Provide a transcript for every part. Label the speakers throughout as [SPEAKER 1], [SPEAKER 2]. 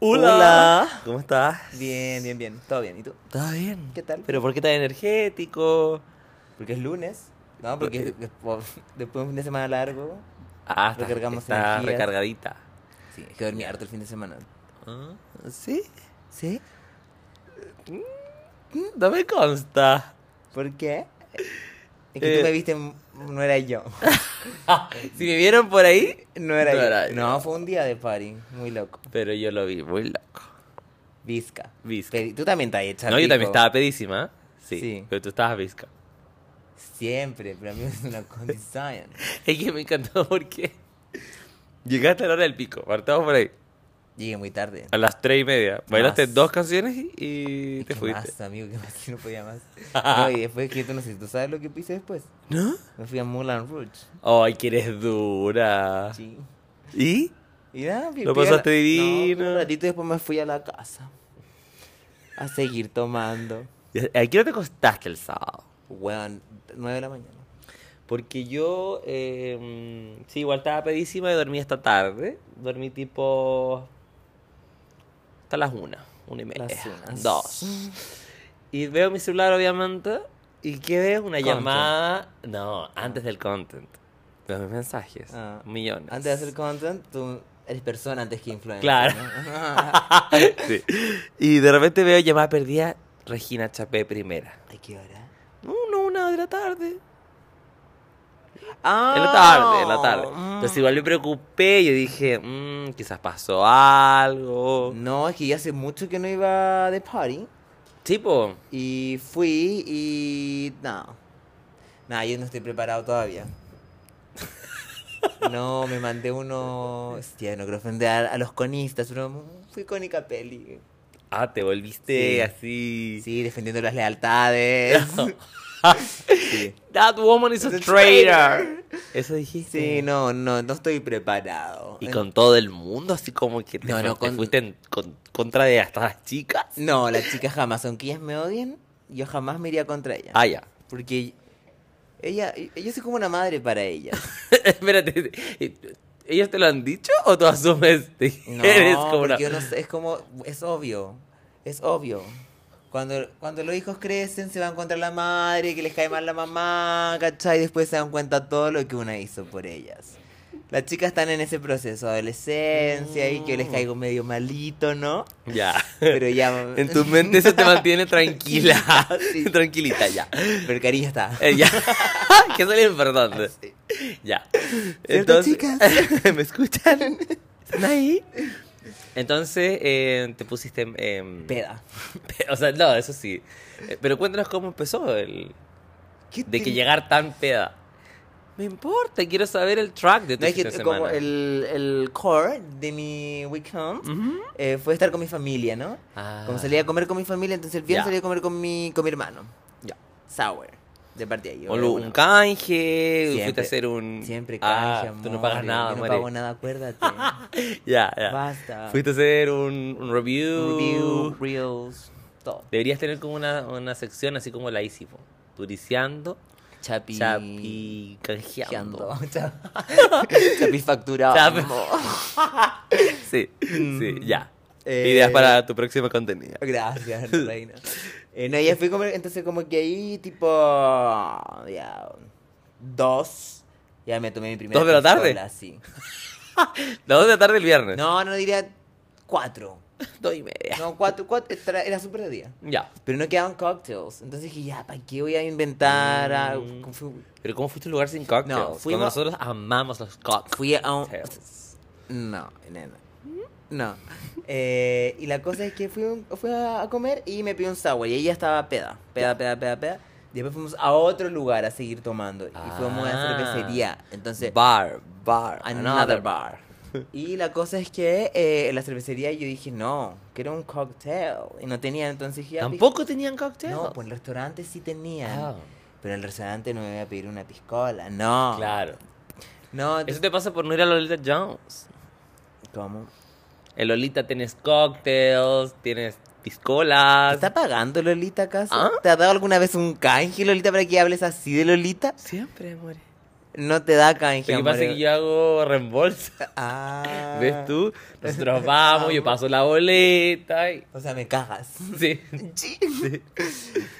[SPEAKER 1] Hola.
[SPEAKER 2] ¿Cómo estás?
[SPEAKER 1] Bien, bien, bien. Todo bien. ¿Y tú?
[SPEAKER 2] ¿Estás bien?
[SPEAKER 1] ¿Qué tal?
[SPEAKER 2] ¿Pero por qué tan energético?
[SPEAKER 1] Porque es lunes. No, porque
[SPEAKER 2] Eh.
[SPEAKER 1] después, después de un fin de semana largo.
[SPEAKER 2] Ah, estás-
[SPEAKER 1] Recargamos
[SPEAKER 2] estás
[SPEAKER 1] energías.
[SPEAKER 2] recargadita.
[SPEAKER 1] Sí, es que dormí harto el fin de semana.
[SPEAKER 2] Ah, ¿Sí?
[SPEAKER 1] ¿Sí?
[SPEAKER 2] Mm, No me consta.
[SPEAKER 1] ¿Por qué? Es que
[SPEAKER 2] Eh.
[SPEAKER 1] tú me viste, m- no era yo.
[SPEAKER 2] Si Ah, me vieron por ahí,
[SPEAKER 1] No era
[SPEAKER 2] No
[SPEAKER 1] yo.
[SPEAKER 2] era yo.
[SPEAKER 1] No, fue un día de party. Muy loco.
[SPEAKER 2] pero yo lo vi muy loco.
[SPEAKER 1] Visca.
[SPEAKER 2] Visca.
[SPEAKER 1] Pero Tú también estás hecha.
[SPEAKER 2] No, yo también
[SPEAKER 1] pico.
[SPEAKER 2] estaba pedísima. ¿eh? Sí,
[SPEAKER 1] Sí.
[SPEAKER 2] Pero tú estabas visca.
[SPEAKER 1] Siempre, pero a mí es una condición.
[SPEAKER 2] Es que me encantó porque llegaste a la hora del pico. Partamos por ahí.
[SPEAKER 1] Llegué muy tarde.
[SPEAKER 2] A las tres y media. Bailaste
[SPEAKER 1] Más.
[SPEAKER 2] dos canciones y- y te
[SPEAKER 1] ¿Qué
[SPEAKER 2] fuiste.
[SPEAKER 1] más, amigo? ¿Qué más? Que no podía más. No, y después que tú no sé, ¿tú sabes lo que hice después?
[SPEAKER 2] ¿No?
[SPEAKER 1] Me fui a Moulin Rouge.
[SPEAKER 2] Ay, que eres dura.
[SPEAKER 1] Sí.
[SPEAKER 2] ¿Y?
[SPEAKER 1] Y nada,
[SPEAKER 2] Lo pasaste divino.
[SPEAKER 1] No, un ratito después me fui a la casa. A seguir tomando.
[SPEAKER 2] ¿A qué hora te acostaste el sábado?
[SPEAKER 1] Weón, 9 de la mañana.
[SPEAKER 2] Porque yo, eh, sí, igual estaba pedísima y dormí hasta tarde. Dormí tipo hasta las una, una y media,
[SPEAKER 1] Las unas.
[SPEAKER 2] dos. Y veo mi celular, obviamente, y ¿qué veo? Una
[SPEAKER 1] Content.
[SPEAKER 2] llamada, no, antes del content. Los mensajes,
[SPEAKER 1] Ah.
[SPEAKER 2] millones.
[SPEAKER 1] Antes de hacer content, tú eres persona antes que influencer.
[SPEAKER 2] Claro.
[SPEAKER 1] ¿no?
[SPEAKER 2] Sí. Y de repente veo llamada perdida, Regina Chapé primera.
[SPEAKER 1] ¿A qué hora?
[SPEAKER 2] Uno, una de la tarde.
[SPEAKER 1] Ah,
[SPEAKER 2] En la tarde, en la tarde.
[SPEAKER 1] mm.
[SPEAKER 2] Entonces igual me preocupé, yo dije, "Mm, quizás pasó algo.
[SPEAKER 1] No, es que ya hace mucho que no iba de party.
[SPEAKER 2] Tipo,
[SPEAKER 1] Y fui y. No. Nada, yo no estoy preparado todavía. No, me mandé uno. Hostia, no quiero ofender a, a los conistas, pero fui cónica peli.
[SPEAKER 2] ah, te
[SPEAKER 1] Sí.
[SPEAKER 2] volviste así.
[SPEAKER 1] Sí, defendiendo las lealtades. Sí.
[SPEAKER 2] That woman is a
[SPEAKER 1] It's a
[SPEAKER 2] traitor. Eso dijiste.
[SPEAKER 1] Sí, no, no, no estoy preparado.
[SPEAKER 2] Y con todo el mundo, así como que te,
[SPEAKER 1] No, no,
[SPEAKER 2] fu- te
[SPEAKER 1] con-
[SPEAKER 2] fuiste en con- contra de hasta las chicas.
[SPEAKER 1] No, las chicas jamás, aunque ellas me odien, yo jamás me iría contra ellas.
[SPEAKER 2] Ah, ya.
[SPEAKER 1] Porque ella, yo soy como una madre para ellas.
[SPEAKER 2] Espérate. ¿Ellos te lo han dicho o tú asumes? que
[SPEAKER 1] No,
[SPEAKER 2] eres como
[SPEAKER 1] porque
[SPEAKER 2] una-
[SPEAKER 1] yo no sé, es como, es obvio, es obvio. Cuando, cuando los hijos crecen, se van contra la madre, que les cae mal la mamá, ¿cachai? Y después se dan cuenta todo lo que una hizo por ellas. Las chicas están en ese proceso de adolescencia y que
[SPEAKER 2] Mm.
[SPEAKER 1] yo les caigo medio malito, ¿no?
[SPEAKER 2] Ya.
[SPEAKER 1] Pero ya...
[SPEAKER 2] En tu mente eso te mantiene tranquila.
[SPEAKER 1] Sí.
[SPEAKER 2] Tranquilita, ya.
[SPEAKER 1] Pero el cariño está.
[SPEAKER 2] Eh, ya. que eso es lo importante.
[SPEAKER 1] Sí.
[SPEAKER 2] Ya.
[SPEAKER 1] chicas?
[SPEAKER 2] Eh, ¿Me escuchan? ¿Están ahí? Entonces, eh, te pusiste... em,
[SPEAKER 1] Peda.
[SPEAKER 2] pe- o sea, no, eso sí. Eh, Pero cuéntanos cómo empezó el...
[SPEAKER 1] ¿Qué
[SPEAKER 2] De que
[SPEAKER 1] te-
[SPEAKER 2] llegar tan peda. Me importa, quiero saber el track de tu
[SPEAKER 1] No, es
[SPEAKER 2] fin
[SPEAKER 1] que
[SPEAKER 2] de
[SPEAKER 1] como
[SPEAKER 2] semana.
[SPEAKER 1] el, el core de mi weekend
[SPEAKER 2] Ujú.
[SPEAKER 1] eh, fue estar con mi familia, ¿no?
[SPEAKER 2] Ah.
[SPEAKER 1] Como salí a comer con mi familia, entonces el viernes
[SPEAKER 2] Ya.
[SPEAKER 1] salí a comer con mi, con mi hermano.
[SPEAKER 2] Ya.
[SPEAKER 1] Sour. De parte de ahí.
[SPEAKER 2] Un,
[SPEAKER 1] obvio,
[SPEAKER 2] un
[SPEAKER 1] bueno.
[SPEAKER 2] canje, fuiste
[SPEAKER 1] Siempre,
[SPEAKER 2] a hacer un...
[SPEAKER 1] Siempre
[SPEAKER 2] Ah,
[SPEAKER 1] canje,
[SPEAKER 2] tú no
[SPEAKER 1] amor,
[SPEAKER 2] pagas nada,
[SPEAKER 1] Yo no
[SPEAKER 2] more.
[SPEAKER 1] pago nada, acuérdate.
[SPEAKER 2] Ya, ya.
[SPEAKER 1] Basta.
[SPEAKER 2] Fuiste a hacer un, un review.
[SPEAKER 1] Review, reels, todo.
[SPEAKER 2] Deberías tener como una, una sección así como la hice, po. Turiciando,
[SPEAKER 1] Chapi.
[SPEAKER 2] chapi,
[SPEAKER 1] Chapiando.
[SPEAKER 2] canjeando.
[SPEAKER 1] Chapi factura.
[SPEAKER 2] Chapi-
[SPEAKER 1] amor.
[SPEAKER 2] Sí, sí, ya.
[SPEAKER 1] Eh,
[SPEAKER 2] Ideas para tu próximo contenido.
[SPEAKER 1] Gracias, reina. Eh, no, ya fui como, entonces como que ahí tipo, ya, dos, ya me tomé mi primera
[SPEAKER 2] ¿Dos de la tarde?
[SPEAKER 1] pistola, sí.
[SPEAKER 2] Las dos de la tarde el viernes.
[SPEAKER 1] No, no diría cuatro,
[SPEAKER 2] dos y media.
[SPEAKER 1] no, cuatro, cuatro, esta era, era súper de día.
[SPEAKER 2] Ya.
[SPEAKER 1] Pero no quedaban cócteles, entonces dije, ya, ¿para qué voy a inventar? Ah, a-
[SPEAKER 2] Mm.
[SPEAKER 1] con- fui,
[SPEAKER 2] Pero ¿cómo fuiste a un lugar sin cócteles?
[SPEAKER 1] No, fuimos-
[SPEAKER 2] Cuando nosotros amamos los cócteles.
[SPEAKER 1] fui a un... No, nena. No. Eh, y la cosa es que fui, un- fui a a comer y me pidió un sour. Y ella estaba peda. Peda, peda, peda, peda. Y después fuimos a otro lugar a seguir tomando. Y fuimos a
[SPEAKER 2] Ah.
[SPEAKER 1] una cervecería. Entonces,
[SPEAKER 2] Bar, bar,
[SPEAKER 1] another bar. Y la cosa es que eh, en la cervecería yo dije, no, quiero un cocktail. Y no tenía, entonces dije, ya,
[SPEAKER 2] ¿Tampoco tenían cócteles?
[SPEAKER 1] No, pues en el restaurante sí tenían.
[SPEAKER 2] Ah,
[SPEAKER 1] Pero en el restaurante no me voy a pedir una piscola. No.
[SPEAKER 2] Claro.
[SPEAKER 1] No,
[SPEAKER 2] Eso te pasa por no ir a Lolita Jones.
[SPEAKER 1] ¿cómo?
[SPEAKER 2] En Lolita tienes cócteles, tienes piscolas.
[SPEAKER 1] ¿Está pagando Lolita acaso?
[SPEAKER 2] ¿Ah?
[SPEAKER 1] ¿Te ha dado alguna vez un canje, Lolita, para que hables así de Lolita?
[SPEAKER 2] Siempre, amor.
[SPEAKER 1] No te da canje,
[SPEAKER 2] Lo que pasa
[SPEAKER 1] amor.
[SPEAKER 2] es que yo hago reembolso.
[SPEAKER 1] Ah.
[SPEAKER 2] ¿Ves tú? Nosotros vamos, yo paso la boleta. y-
[SPEAKER 1] O sea, me cagas.
[SPEAKER 2] Sí.
[SPEAKER 1] Sí.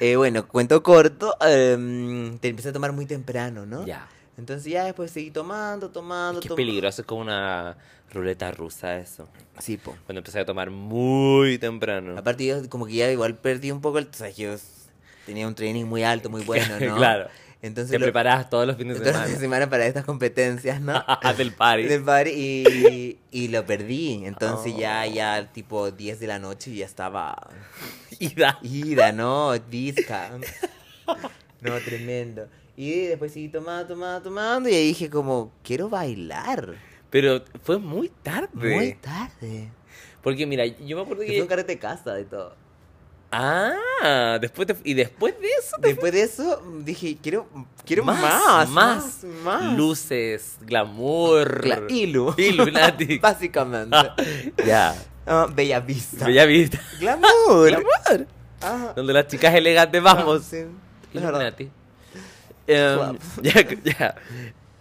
[SPEAKER 1] Eh, bueno, cuento corto. em, te empecé a tomar muy temprano, ¿no?
[SPEAKER 2] Ya.
[SPEAKER 1] Entonces ya después seguí tomando, tomando,
[SPEAKER 2] Qué
[SPEAKER 1] tomando.
[SPEAKER 2] peligroso, es como una ruleta rusa eso.
[SPEAKER 1] Sí, po.
[SPEAKER 2] Cuando empecé a tomar muy temprano.
[SPEAKER 1] Aparte yo como que ya igual perdí un poco el... O sea, yo s- tenía un training muy alto, muy bueno, ¿no?
[SPEAKER 2] Claro.
[SPEAKER 1] Entonces
[SPEAKER 2] Te
[SPEAKER 1] lo-
[SPEAKER 2] preparabas todos los fines de
[SPEAKER 1] todas las
[SPEAKER 2] semana. Ah,
[SPEAKER 1] semanas para estas competencias, ¿no?
[SPEAKER 2] Del party.
[SPEAKER 1] Del party y, y lo perdí. Entonces ya,
[SPEAKER 2] Oh.
[SPEAKER 1] ya tipo 10 de la noche ya estaba
[SPEAKER 2] Y da-
[SPEAKER 1] ida, ¿no? Disca. No, tremendo. Y después seguí tomando, tomando, tomando y ahí dije como, quiero bailar.
[SPEAKER 2] Pero fue muy tarde.
[SPEAKER 1] Muy tarde.
[SPEAKER 2] Porque mira, yo me acuerdo
[SPEAKER 1] Y fue un
[SPEAKER 2] que.
[SPEAKER 1] carrete de casa de todo.
[SPEAKER 2] Ah, después te- y después de eso.
[SPEAKER 1] Después de eso dije, quiero, quiero
[SPEAKER 2] Más,
[SPEAKER 1] más, más,
[SPEAKER 2] más.
[SPEAKER 1] más.
[SPEAKER 2] Luces, glamour.
[SPEAKER 1] Cla- Ilu.
[SPEAKER 2] Illuminati.
[SPEAKER 1] Básicamente.
[SPEAKER 2] ya.
[SPEAKER 1] Ah, bella vista.
[SPEAKER 2] Bella vista.
[SPEAKER 1] Glamour. Glamour. Ah,
[SPEAKER 2] Donde las chicas elegantes vamos.
[SPEAKER 1] sí. Es verdad.
[SPEAKER 2] Illuminati. Em,
[SPEAKER 1] Guapo.
[SPEAKER 2] ya, ya.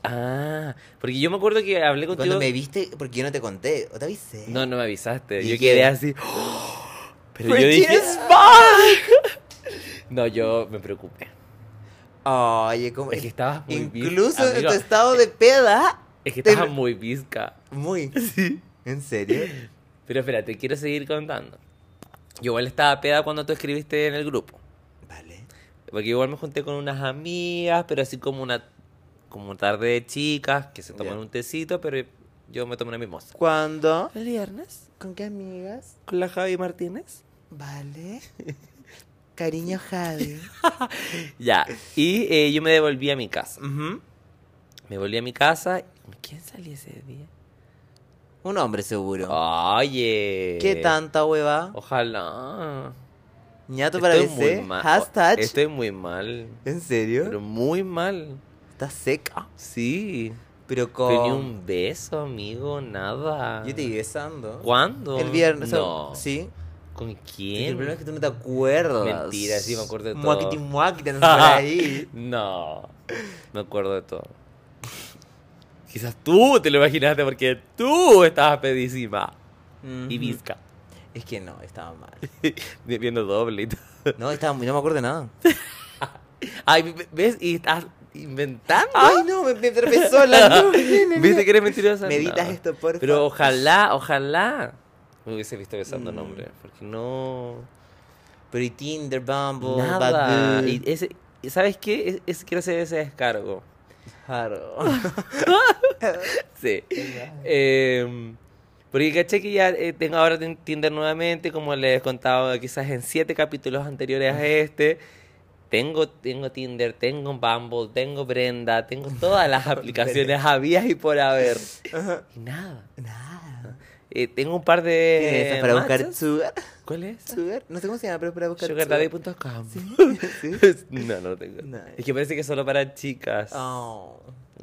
[SPEAKER 2] Ah, porque yo me acuerdo que hablé contigo.
[SPEAKER 1] Cuando me viste, porque yo no te conté, ¿o te avisé?
[SPEAKER 2] No, no me avisaste.
[SPEAKER 1] ¿Y
[SPEAKER 2] Yo
[SPEAKER 1] qué?
[SPEAKER 2] quedé así. Pero yo
[SPEAKER 1] Freaking
[SPEAKER 2] dije.
[SPEAKER 1] Spark.
[SPEAKER 2] No, yo me preocupé.
[SPEAKER 1] Oye, como...
[SPEAKER 2] Es que estabas muy bizca,
[SPEAKER 1] Incluso en
[SPEAKER 2] amigo.
[SPEAKER 1] tu estado de peda...
[SPEAKER 2] Es que
[SPEAKER 1] te-
[SPEAKER 2] estabas muy bizca.
[SPEAKER 1] Muy... ¿En serio?
[SPEAKER 2] Pero espérate, quiero seguir contando. Yo igual estaba peda cuando tú escribiste en el grupo.
[SPEAKER 1] Vale.
[SPEAKER 2] Porque igual me junté con unas amigas, pero así como una como tarde de chicas que se toman
[SPEAKER 1] Ya.
[SPEAKER 2] un tecito, pero yo me tomé una mimosa.
[SPEAKER 1] ¿Cuándo?
[SPEAKER 2] El viernes,
[SPEAKER 1] ¿Con qué amigas?
[SPEAKER 2] con la Javi Martínez.
[SPEAKER 1] Vale. Cariño Javi.
[SPEAKER 2] Ya, y eh, yo me devolví a mi casa.
[SPEAKER 1] Ujú.
[SPEAKER 2] Me volví a mi casa. ¿Con quién salí ese día?
[SPEAKER 1] Un hombre seguro.
[SPEAKER 2] Oye.
[SPEAKER 1] ¿Qué tanta hueva?
[SPEAKER 2] Ojalá.
[SPEAKER 1] Ñato para
[SPEAKER 2] oh, Estoy muy
[SPEAKER 1] BC.
[SPEAKER 2] mal. Oh,
[SPEAKER 1] Hashtag.
[SPEAKER 2] Estoy muy mal.
[SPEAKER 1] ¿En serio?
[SPEAKER 2] Pero muy mal.
[SPEAKER 1] Está seca.
[SPEAKER 2] Sí.
[SPEAKER 1] Pero con.
[SPEAKER 2] Pero ni un beso, amigo, nada.
[SPEAKER 1] Yo te iba besando.
[SPEAKER 2] ¿Cuándo?
[SPEAKER 1] El viernes.
[SPEAKER 2] No.
[SPEAKER 1] o- Sí.
[SPEAKER 2] ¿Con
[SPEAKER 1] El problema
[SPEAKER 2] quién?
[SPEAKER 1] es que tú no te acuerdas.
[SPEAKER 2] Mentira, sí, me acuerdo de todo.
[SPEAKER 1] Muaquiti muaquiti, andas por ahí.
[SPEAKER 2] No. Me acuerdo de todo. Quizás tú te lo imaginaste porque tú estabas pedísima. Mm. Y
[SPEAKER 1] Ujú.
[SPEAKER 2] visca.
[SPEAKER 1] Mm. Es que no, estaba mal.
[SPEAKER 2] Viendo doble y todo.
[SPEAKER 1] No, estaba muy- no me acuerdo de nada.
[SPEAKER 2] Ay, ¿ves? Y estás inventando.
[SPEAKER 1] Ay, no, me, me tropezó la luz.
[SPEAKER 2] Ah, ¿Viste que eres mentirosa?
[SPEAKER 1] Me editas
[SPEAKER 2] No.
[SPEAKER 1] esto, porfa.
[SPEAKER 2] Pero ojalá, ojalá me hubiese visto besando nombre. Porque no.
[SPEAKER 1] Pero y Tinder, Bumble,
[SPEAKER 2] Nada.
[SPEAKER 1] Badoo,
[SPEAKER 2] Y ese, y ¿Sabes qué? Es, es- quiero hacer ese descargo.
[SPEAKER 1] Haro.
[SPEAKER 2] Sí. Em, porque caché que ya eh, tengo ahora Tin- Tinder nuevamente, como les he contado quizás en siete capítulos anteriores a este. Tengo, tengo Tinder, tengo Bumble, tengo Brenda, tengo todas las aplicaciones habidas y por haber. Y nada.
[SPEAKER 1] Nada.
[SPEAKER 2] Eh, tengo un par de.
[SPEAKER 1] ¿Tienes esa para
[SPEAKER 2] Eh,
[SPEAKER 1] buscar
[SPEAKER 2] matches.
[SPEAKER 1] sugar?
[SPEAKER 2] ¿Cuál es?
[SPEAKER 1] Sugar. No sé cómo se llama, pero es para buscar
[SPEAKER 2] Sugardaddy.com.
[SPEAKER 1] Sí.
[SPEAKER 2] No, no Ah. lo tengo.
[SPEAKER 1] No.
[SPEAKER 2] Es que parece que es solo para chicas.
[SPEAKER 1] Oh.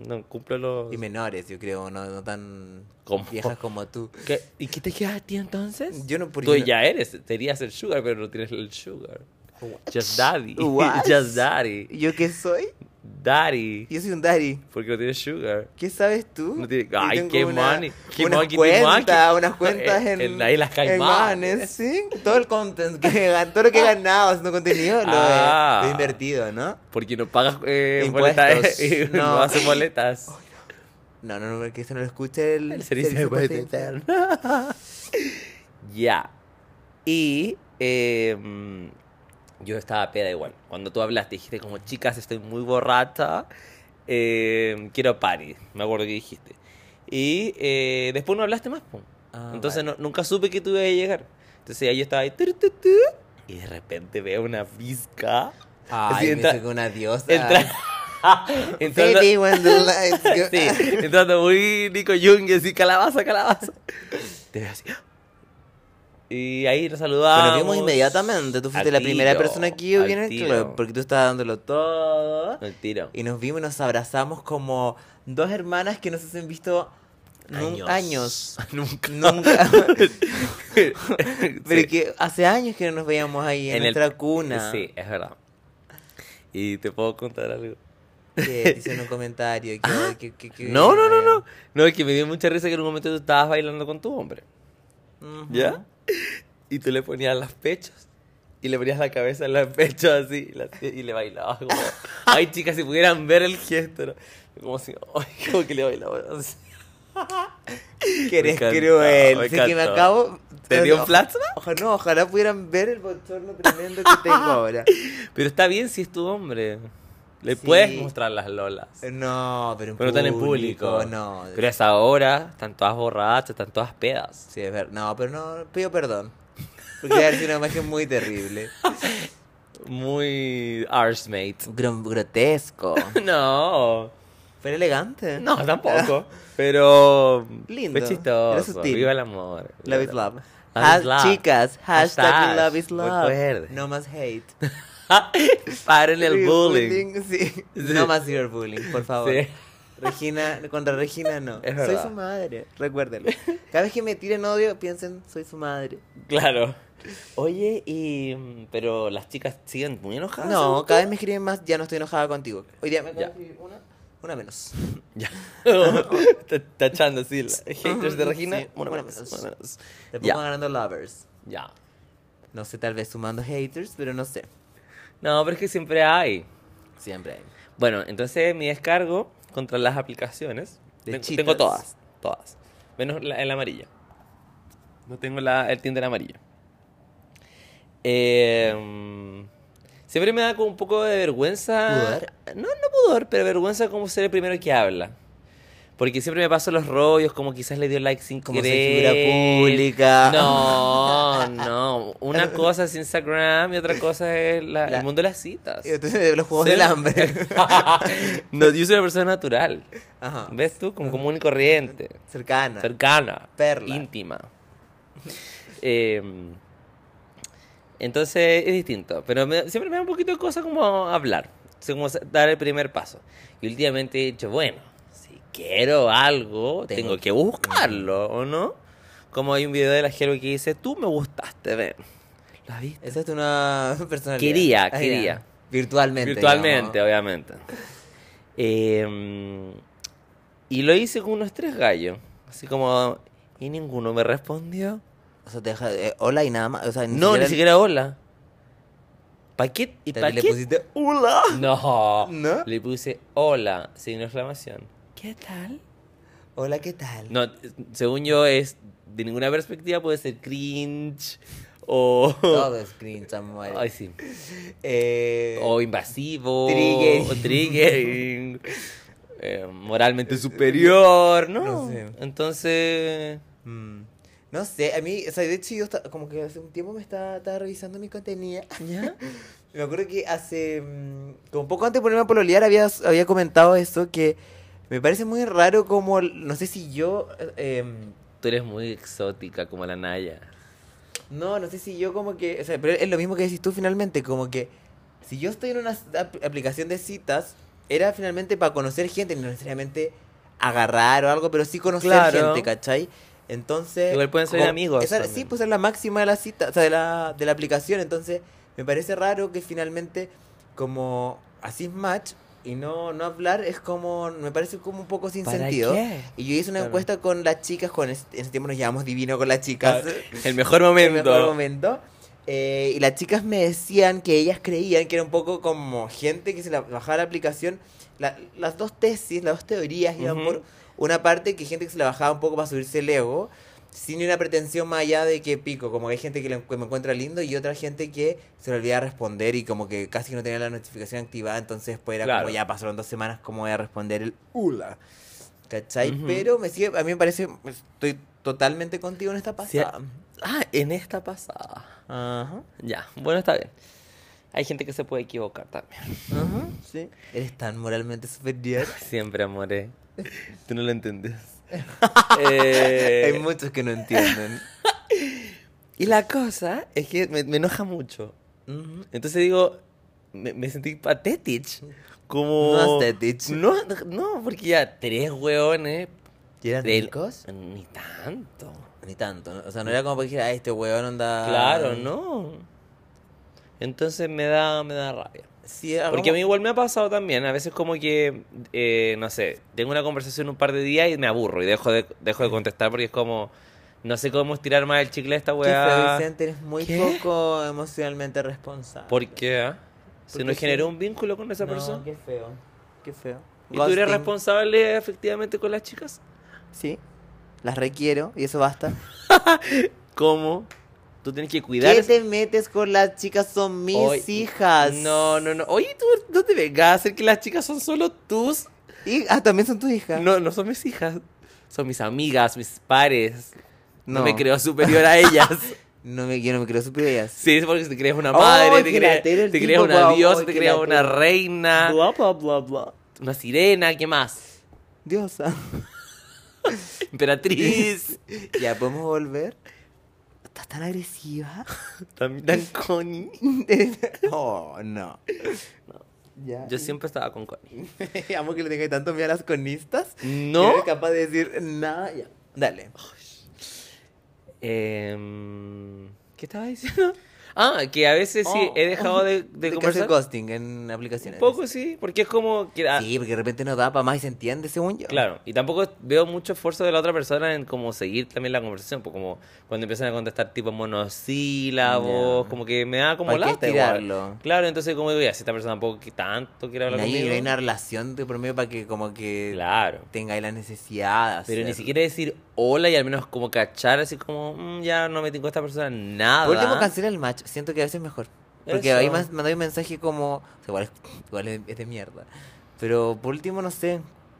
[SPEAKER 2] No cumplo los.
[SPEAKER 1] Y menores, yo creo, no, no tan
[SPEAKER 2] ¿Cómo?
[SPEAKER 1] viejas como tú.
[SPEAKER 2] ¿Qué? ¿Y qué te queda a ti entonces?
[SPEAKER 1] Yo no por-
[SPEAKER 2] Tú
[SPEAKER 1] yo no-
[SPEAKER 2] ya eres, serías el sugar, pero no tienes el sugar.
[SPEAKER 1] What?
[SPEAKER 2] Just daddy.
[SPEAKER 1] What?
[SPEAKER 2] Just daddy.
[SPEAKER 1] ¿Yo qué soy?
[SPEAKER 2] Daddy.
[SPEAKER 1] Yo soy un daddy.
[SPEAKER 2] Porque no tienes sugar.
[SPEAKER 1] ¿Qué sabes tú?
[SPEAKER 2] No tiene-
[SPEAKER 1] Yo
[SPEAKER 2] Ay,
[SPEAKER 1] tengo
[SPEAKER 2] qué
[SPEAKER 1] una-
[SPEAKER 2] money, qué
[SPEAKER 1] unas
[SPEAKER 2] monkey, qué
[SPEAKER 1] cuentas,
[SPEAKER 2] monkey.
[SPEAKER 1] unas cuentas en,
[SPEAKER 2] Eh, En la isla Caimán.
[SPEAKER 1] Caimanes, sí. Todo el content que he gan- todo lo que he ganado haciendo contenido lo, he-
[SPEAKER 2] Ah.
[SPEAKER 1] lo he, invertido, ¿no?
[SPEAKER 2] Porque no pagas eh,
[SPEAKER 1] Impuestos.
[SPEAKER 2] boletas. eh, no.
[SPEAKER 1] No.
[SPEAKER 2] haces boletas.
[SPEAKER 1] No, no, no, que eso no lo escuche el,
[SPEAKER 2] El servicio de
[SPEAKER 1] postal
[SPEAKER 2] puerta interna. Ya. Y em, yo estaba peda igual. Cuando tú hablaste, dijiste como, chicas, estoy muy borracha. em, quiero party. Me acuerdo que dijiste. Y eh, después no hablaste más. po.
[SPEAKER 1] Ah,
[SPEAKER 2] Entonces
[SPEAKER 1] vale.
[SPEAKER 2] no- nunca supe que tú ibas a llegar. Entonces ahí yo estaba ahí. tur, tur, tur, y de repente veo una visca.
[SPEAKER 1] Ay,
[SPEAKER 2] Sí,
[SPEAKER 1] me
[SPEAKER 2] entra-
[SPEAKER 1] hizo que una diosa.
[SPEAKER 2] Entra... entrando-
[SPEAKER 1] Baby, when the lights go-
[SPEAKER 2] Sí, entrando muy Nico Jung, así calabaza, calabaza. Te veo así. Y ahí nos saludamos.
[SPEAKER 1] Bueno, vimos inmediatamente. Tú fuiste
[SPEAKER 2] Al
[SPEAKER 1] la primera
[SPEAKER 2] tiro,
[SPEAKER 1] persona que yo vi en
[SPEAKER 2] al
[SPEAKER 1] el
[SPEAKER 2] tiro.
[SPEAKER 1] club. Porque tú estabas dándolo todo.
[SPEAKER 2] El tiro.
[SPEAKER 1] Y nos vimos y nos abrazamos como dos hermanas que no se han visto nun- años.
[SPEAKER 2] Nunca.
[SPEAKER 1] Nunca. Pero
[SPEAKER 2] Sí.
[SPEAKER 1] que hace años que no nos veíamos ahí en,
[SPEAKER 2] En el-
[SPEAKER 1] nuestra cuna.
[SPEAKER 2] Sí, es verdad. Y te puedo contar algo.
[SPEAKER 1] que hicieron un comentario. Que, que- que- que-
[SPEAKER 2] Ah. No, no, no, no. No, es que me dio mucha risa que en un momento tú estabas bailando con tu hombre.
[SPEAKER 1] Ujú.
[SPEAKER 2] ¿Ya? Y tú le ponías las pechos. Y le ponías la cabeza en los pechos así. y la hacía- Y le bailabas como... Ay, chicas, si pudieran ver el gesto. ¿no? Como si... Ay, como que le bailaba así.
[SPEAKER 1] Que eres
[SPEAKER 2] encantó,
[SPEAKER 1] cruel.
[SPEAKER 2] me
[SPEAKER 1] Así que me
[SPEAKER 2] encantó.
[SPEAKER 1] acabo.
[SPEAKER 2] ¿Te dio un flashback?
[SPEAKER 1] Ojalá, no, ojalá pudieran ver el bochorno tremendo que tengo ahora.
[SPEAKER 2] Pero está bien si es tu hombre. Le
[SPEAKER 1] Sí.
[SPEAKER 2] puedes mostrar las lolas.
[SPEAKER 1] No, pero en
[SPEAKER 2] Pero no están en
[SPEAKER 1] público.
[SPEAKER 2] público.
[SPEAKER 1] No.
[SPEAKER 2] Pero es ahora, están todas borrachas, están todas pedas.
[SPEAKER 1] Sí, es verdad. No, pero no, pido perdón. Porque debe haber sido una imagen muy terrible.
[SPEAKER 2] Muy arsemate.
[SPEAKER 1] Gro- grotesco.
[SPEAKER 2] No.
[SPEAKER 1] Pero elegante.
[SPEAKER 2] No, tampoco. Pero.
[SPEAKER 1] Lindo,
[SPEAKER 2] Fue chistoso.
[SPEAKER 1] era sutil.
[SPEAKER 2] Viva el amor.
[SPEAKER 1] Love is love.
[SPEAKER 2] Love
[SPEAKER 1] Has-
[SPEAKER 2] is love.
[SPEAKER 1] Chicas, hashtag,
[SPEAKER 2] Hashtag,
[SPEAKER 1] love is love.
[SPEAKER 2] recuerden.
[SPEAKER 1] No más hate.
[SPEAKER 2] Paren el bullying.
[SPEAKER 1] sí.
[SPEAKER 2] Sí.
[SPEAKER 1] No más cyberbullying, por favor.
[SPEAKER 2] Sí.
[SPEAKER 1] Regina, contra Regina no.
[SPEAKER 2] Es
[SPEAKER 1] soy
[SPEAKER 2] verdad.
[SPEAKER 1] su madre, recuérdenlo. Cada vez que me tiren odio, piensen, soy su madre.
[SPEAKER 2] Claro. Oye, y. mm, Pero las chicas siguen muy enojadas.
[SPEAKER 1] No,
[SPEAKER 2] ¿sabes?
[SPEAKER 1] cada vez me escriben más, ya no estoy enojada contigo. Hoy día me acabo de
[SPEAKER 2] Ya.
[SPEAKER 1] escribir una, una menos.
[SPEAKER 2] Ya. Ta- Tachando así. la- Haters de Regina.
[SPEAKER 1] Sí,
[SPEAKER 2] Bueno,
[SPEAKER 1] bueno,
[SPEAKER 2] menos,
[SPEAKER 1] menos.
[SPEAKER 2] bueno, menos.
[SPEAKER 1] Después
[SPEAKER 2] Ya.
[SPEAKER 1] van ganando lovers.
[SPEAKER 2] Ya.
[SPEAKER 1] No sé, tal vez sumando haters, pero no sé.
[SPEAKER 2] No, pero es que siempre hay.
[SPEAKER 1] Siempre hay.
[SPEAKER 2] Bueno, entonces mi descargo contra las aplicaciones.
[SPEAKER 1] De
[SPEAKER 2] Ten- tengo,
[SPEAKER 1] cheaters.
[SPEAKER 2] todas, todas. Menos la, el amarillo. No tengo la, el Tinder amarillo. Eh, siempre me da como un poco de vergüenza.
[SPEAKER 1] ¿Pudor?
[SPEAKER 2] No, no pudor, pero vergüenza como ser el primero que habla. Porque siempre me paso los rollos, como quizás le dio like sin
[SPEAKER 1] Como soy
[SPEAKER 2] querer.
[SPEAKER 1] figura pública.
[SPEAKER 2] No, no. Una cosa es Instagram y otra cosa es la-
[SPEAKER 1] La-
[SPEAKER 2] el mundo de las citas.
[SPEAKER 1] Y entonces, los juegos
[SPEAKER 2] Sí.
[SPEAKER 1] del hambre.
[SPEAKER 2] no, yo soy una persona natural.
[SPEAKER 1] Ajá.
[SPEAKER 2] ¿Ves tú? Como común y corriente.
[SPEAKER 1] Cercana.
[SPEAKER 2] Cercana.
[SPEAKER 1] Perla.
[SPEAKER 2] Íntima. Eh, entonces es distinto. Pero me- siempre me da un poquito de cosa como hablar. o sea, Como dar el primer paso. Y últimamente he dicho, bueno, si quiero algo, tengo,
[SPEAKER 1] Tengo
[SPEAKER 2] que buscarlo, ¿o no? Como hay un video de la Jero que dice, tú me gustaste, ven. ¿La viste?
[SPEAKER 1] Esa es una personalidad.
[SPEAKER 2] Quería,
[SPEAKER 1] Ah, ya.
[SPEAKER 2] quería.
[SPEAKER 1] Virtualmente.
[SPEAKER 2] Virtualmente,
[SPEAKER 1] digamos.
[SPEAKER 2] obviamente. Eh, y lo hice con unos tres gallos. Así como. Y ninguno me respondió.
[SPEAKER 1] O sea, te deja. eh, hola y nada más. O sea, ni
[SPEAKER 2] no,
[SPEAKER 1] siquiera,
[SPEAKER 2] ni siquiera hola. ¿Para qué? ¿Y
[SPEAKER 1] te-
[SPEAKER 2] pa'
[SPEAKER 1] le
[SPEAKER 2] qué?
[SPEAKER 1] pusiste hola.
[SPEAKER 2] No.
[SPEAKER 1] ¿No?
[SPEAKER 2] Le puse hola, sin exclamación. ¿Qué tal?
[SPEAKER 1] Hola, ¿qué tal?
[SPEAKER 2] No, según yo, es. De ninguna perspectiva puede ser cringe o.
[SPEAKER 1] Todo es cringe, Samuel.
[SPEAKER 2] Ay, sí.
[SPEAKER 1] Eh,
[SPEAKER 2] o invasivo,
[SPEAKER 1] Triggering.
[SPEAKER 2] o triggering, eh, moralmente superior, ¿no?
[SPEAKER 1] No sé.
[SPEAKER 2] Entonces,
[SPEAKER 1] mm, no sé, a mí, o sea, de hecho yo esta- como que hace un tiempo me estaba, estaba revisando mi contenido.
[SPEAKER 2] ¿ya?
[SPEAKER 1] Me acuerdo que hace, mm, como poco antes de ponerme a pololear, había, había comentado eso, que me parece muy raro como, no sé si yo, eh, em,
[SPEAKER 2] Tú eres muy exótica como la Naya.
[SPEAKER 1] No, no sé si yo como que, o sea, pero es lo mismo que decís tú finalmente, como que si yo estoy en una s- ap- aplicación de citas, era finalmente para conocer gente, no necesariamente agarrar o algo, pero sí conocer
[SPEAKER 2] Claro.
[SPEAKER 1] gente, ¿cachai? Entonces...
[SPEAKER 2] Igual pueden ser
[SPEAKER 1] como-
[SPEAKER 2] amigos
[SPEAKER 1] esa-
[SPEAKER 2] también.
[SPEAKER 1] sí, pues es la máxima de la cita, o sea, de la, de la aplicación, entonces me parece raro que finalmente como así es match y no, no hablar es como, me parece como un poco sin
[SPEAKER 2] ¿Para
[SPEAKER 1] sentido.
[SPEAKER 2] qué?
[SPEAKER 1] Y yo hice una
[SPEAKER 2] Claro.
[SPEAKER 1] encuesta con las chicas, con es- en ese tiempo nos llevamos divino con las chicas
[SPEAKER 2] Ah, El mejor
[SPEAKER 1] el
[SPEAKER 2] momento.
[SPEAKER 1] mejor momento. Eh, y las chicas me decían que ellas creían que era un poco como gente que se la bajaba la aplicación. La- las dos tesis, las dos teorías iban
[SPEAKER 2] Ujú.
[SPEAKER 1] por una parte que gente que se la bajaba un poco para subirse el ego, sin una pretensión más allá de que pico, como que hay gente que, lo- que me encuentra lindo y otra gente que se le olvidaba responder y como que casi no tenía la notificación activada, entonces pues era
[SPEAKER 2] Claro.
[SPEAKER 1] como ya pasaron dos semanas, ¿cómo voy a responder el hula? ¿Cachai?
[SPEAKER 2] Ujú.
[SPEAKER 1] Pero me sigue, a mí me parece, estoy totalmente contigo en esta
[SPEAKER 2] Sí,
[SPEAKER 1] pasada.
[SPEAKER 2] Ah, en esta pasada.
[SPEAKER 1] Ajá.
[SPEAKER 2] Ya, bueno, está bien. Hay gente que se puede equivocar también.
[SPEAKER 1] Ajá, sí. Eres tan moralmente superior.
[SPEAKER 2] Siempre, amore. Tú no lo entendés.
[SPEAKER 1] Hay
[SPEAKER 2] Eh,
[SPEAKER 1] muchos que no entienden.
[SPEAKER 2] y la cosa es que me- me enoja mucho.
[SPEAKER 1] Ujú.
[SPEAKER 2] Entonces digo, me, me sentí patético. Como...
[SPEAKER 1] No aesthetic.
[SPEAKER 2] No, no, porque ya tres hueones.
[SPEAKER 1] ¿Y eran
[SPEAKER 2] del-
[SPEAKER 1] ricos?
[SPEAKER 2] Ni tanto.
[SPEAKER 1] Ah. Ni tanto, ¿no? O sea, no era como para que dijera, "Ay, este huevón onda.
[SPEAKER 2] Claro, no. Entonces me da, me da rabia.
[SPEAKER 1] Sí, algo-
[SPEAKER 2] Porque a mí igual me ha pasado también, a veces como que, eh, no sé, tengo una conversación un par de días y me aburro y dejo de, dejo de contestar porque es como, no sé cómo estirar más el chicle a esta
[SPEAKER 1] Qué feo,
[SPEAKER 2] weá.
[SPEAKER 1] Vicente, eres muy
[SPEAKER 2] ¿Qué?
[SPEAKER 1] poco emocionalmente responsable.
[SPEAKER 2] ¿Por qué? ah? Si
[SPEAKER 1] Porque
[SPEAKER 2] no
[SPEAKER 1] sí.
[SPEAKER 2] generó un vínculo con esa
[SPEAKER 1] No,
[SPEAKER 2] persona.
[SPEAKER 1] Qué feo. Qué feo.
[SPEAKER 2] ¿Y tú eres
[SPEAKER 1] Ghosting.
[SPEAKER 2] responsable efectivamente con las chicas?
[SPEAKER 1] Sí. Las requiero y eso basta.
[SPEAKER 2] ¿Cómo? Tú tienes que cuidar.
[SPEAKER 1] ¿Qué
[SPEAKER 2] esa-
[SPEAKER 1] te metes con las chicas? Son mis
[SPEAKER 2] Oye,
[SPEAKER 1] hijas.
[SPEAKER 2] No, no, no. Oye, tú no te vengas a hacer que las chicas son solo tus.
[SPEAKER 1] Y- ah, también son tus hijas.
[SPEAKER 2] No, no son mis hijas. Son mis amigas, mis pares. No,
[SPEAKER 1] No.
[SPEAKER 2] me creo superior a ellas.
[SPEAKER 1] No me, yo no me creo superior a ellas.
[SPEAKER 2] sí, es porque te crees una
[SPEAKER 1] Oh,
[SPEAKER 2] madre, te crees,
[SPEAKER 1] giratero el
[SPEAKER 2] te
[SPEAKER 1] tipo,
[SPEAKER 2] crees una
[SPEAKER 1] guau,
[SPEAKER 2] diosa,
[SPEAKER 1] oh,
[SPEAKER 2] te crees una
[SPEAKER 1] giratero.
[SPEAKER 2] reina,
[SPEAKER 1] Bla, bla, bla, bla.
[SPEAKER 2] una sirena, ¿qué más?
[SPEAKER 1] Diosa.
[SPEAKER 2] Emperatriz.
[SPEAKER 1] ya, ¿podemos volver? ¿Estás tan agresiva?
[SPEAKER 2] También tan Connie.
[SPEAKER 1] oh, no. Ya.
[SPEAKER 2] Yo siempre estaba con Connie.
[SPEAKER 1] Amo que le tengáis tanto miedo a las conistas.
[SPEAKER 2] No.
[SPEAKER 1] No eres capaz de decir nada. Ya. Dale.
[SPEAKER 2] Em, ¿Qué estaba diciendo? Ah, que a veces sí
[SPEAKER 1] Oh.
[SPEAKER 2] he dejado de, de
[SPEAKER 1] que
[SPEAKER 2] conversar.
[SPEAKER 1] hacer ghosting en
[SPEAKER 2] Un
[SPEAKER 1] aplicaciones.
[SPEAKER 2] poco sí, porque es como que... ah,
[SPEAKER 1] Sí, porque de repente no da para más y se entiende, según yo.
[SPEAKER 2] Claro, y tampoco veo mucho esfuerzo de la otra persona en como seguir también la conversación, pues como cuando empiezan a contestar tipo monosílabos,
[SPEAKER 1] Ya.
[SPEAKER 2] como que me da como
[SPEAKER 1] ¿Para qué
[SPEAKER 2] lata igual.
[SPEAKER 1] estirarlo?
[SPEAKER 2] Claro, entonces como digo, ya, si esta persona tampoco que tanto quiere
[SPEAKER 1] No
[SPEAKER 2] hablar
[SPEAKER 1] hay,
[SPEAKER 2] conmigo.
[SPEAKER 1] no hay una relación de promedio para que como que
[SPEAKER 2] Claro.
[SPEAKER 1] tengáis la necesidad. de
[SPEAKER 2] Pero ni
[SPEAKER 1] hacerlo.
[SPEAKER 2] siquiera decir hola y al menos como cachar así como, "Mm, ya no me tengo esta persona nada.
[SPEAKER 1] Por último, cancela el match. Siento que a veces es mejor. Porque
[SPEAKER 2] Ah, Eso.
[SPEAKER 1] ahí más- mandáis un mensaje como. o sea, igual, es, igual es- es de mierda. Pero por último, no sé.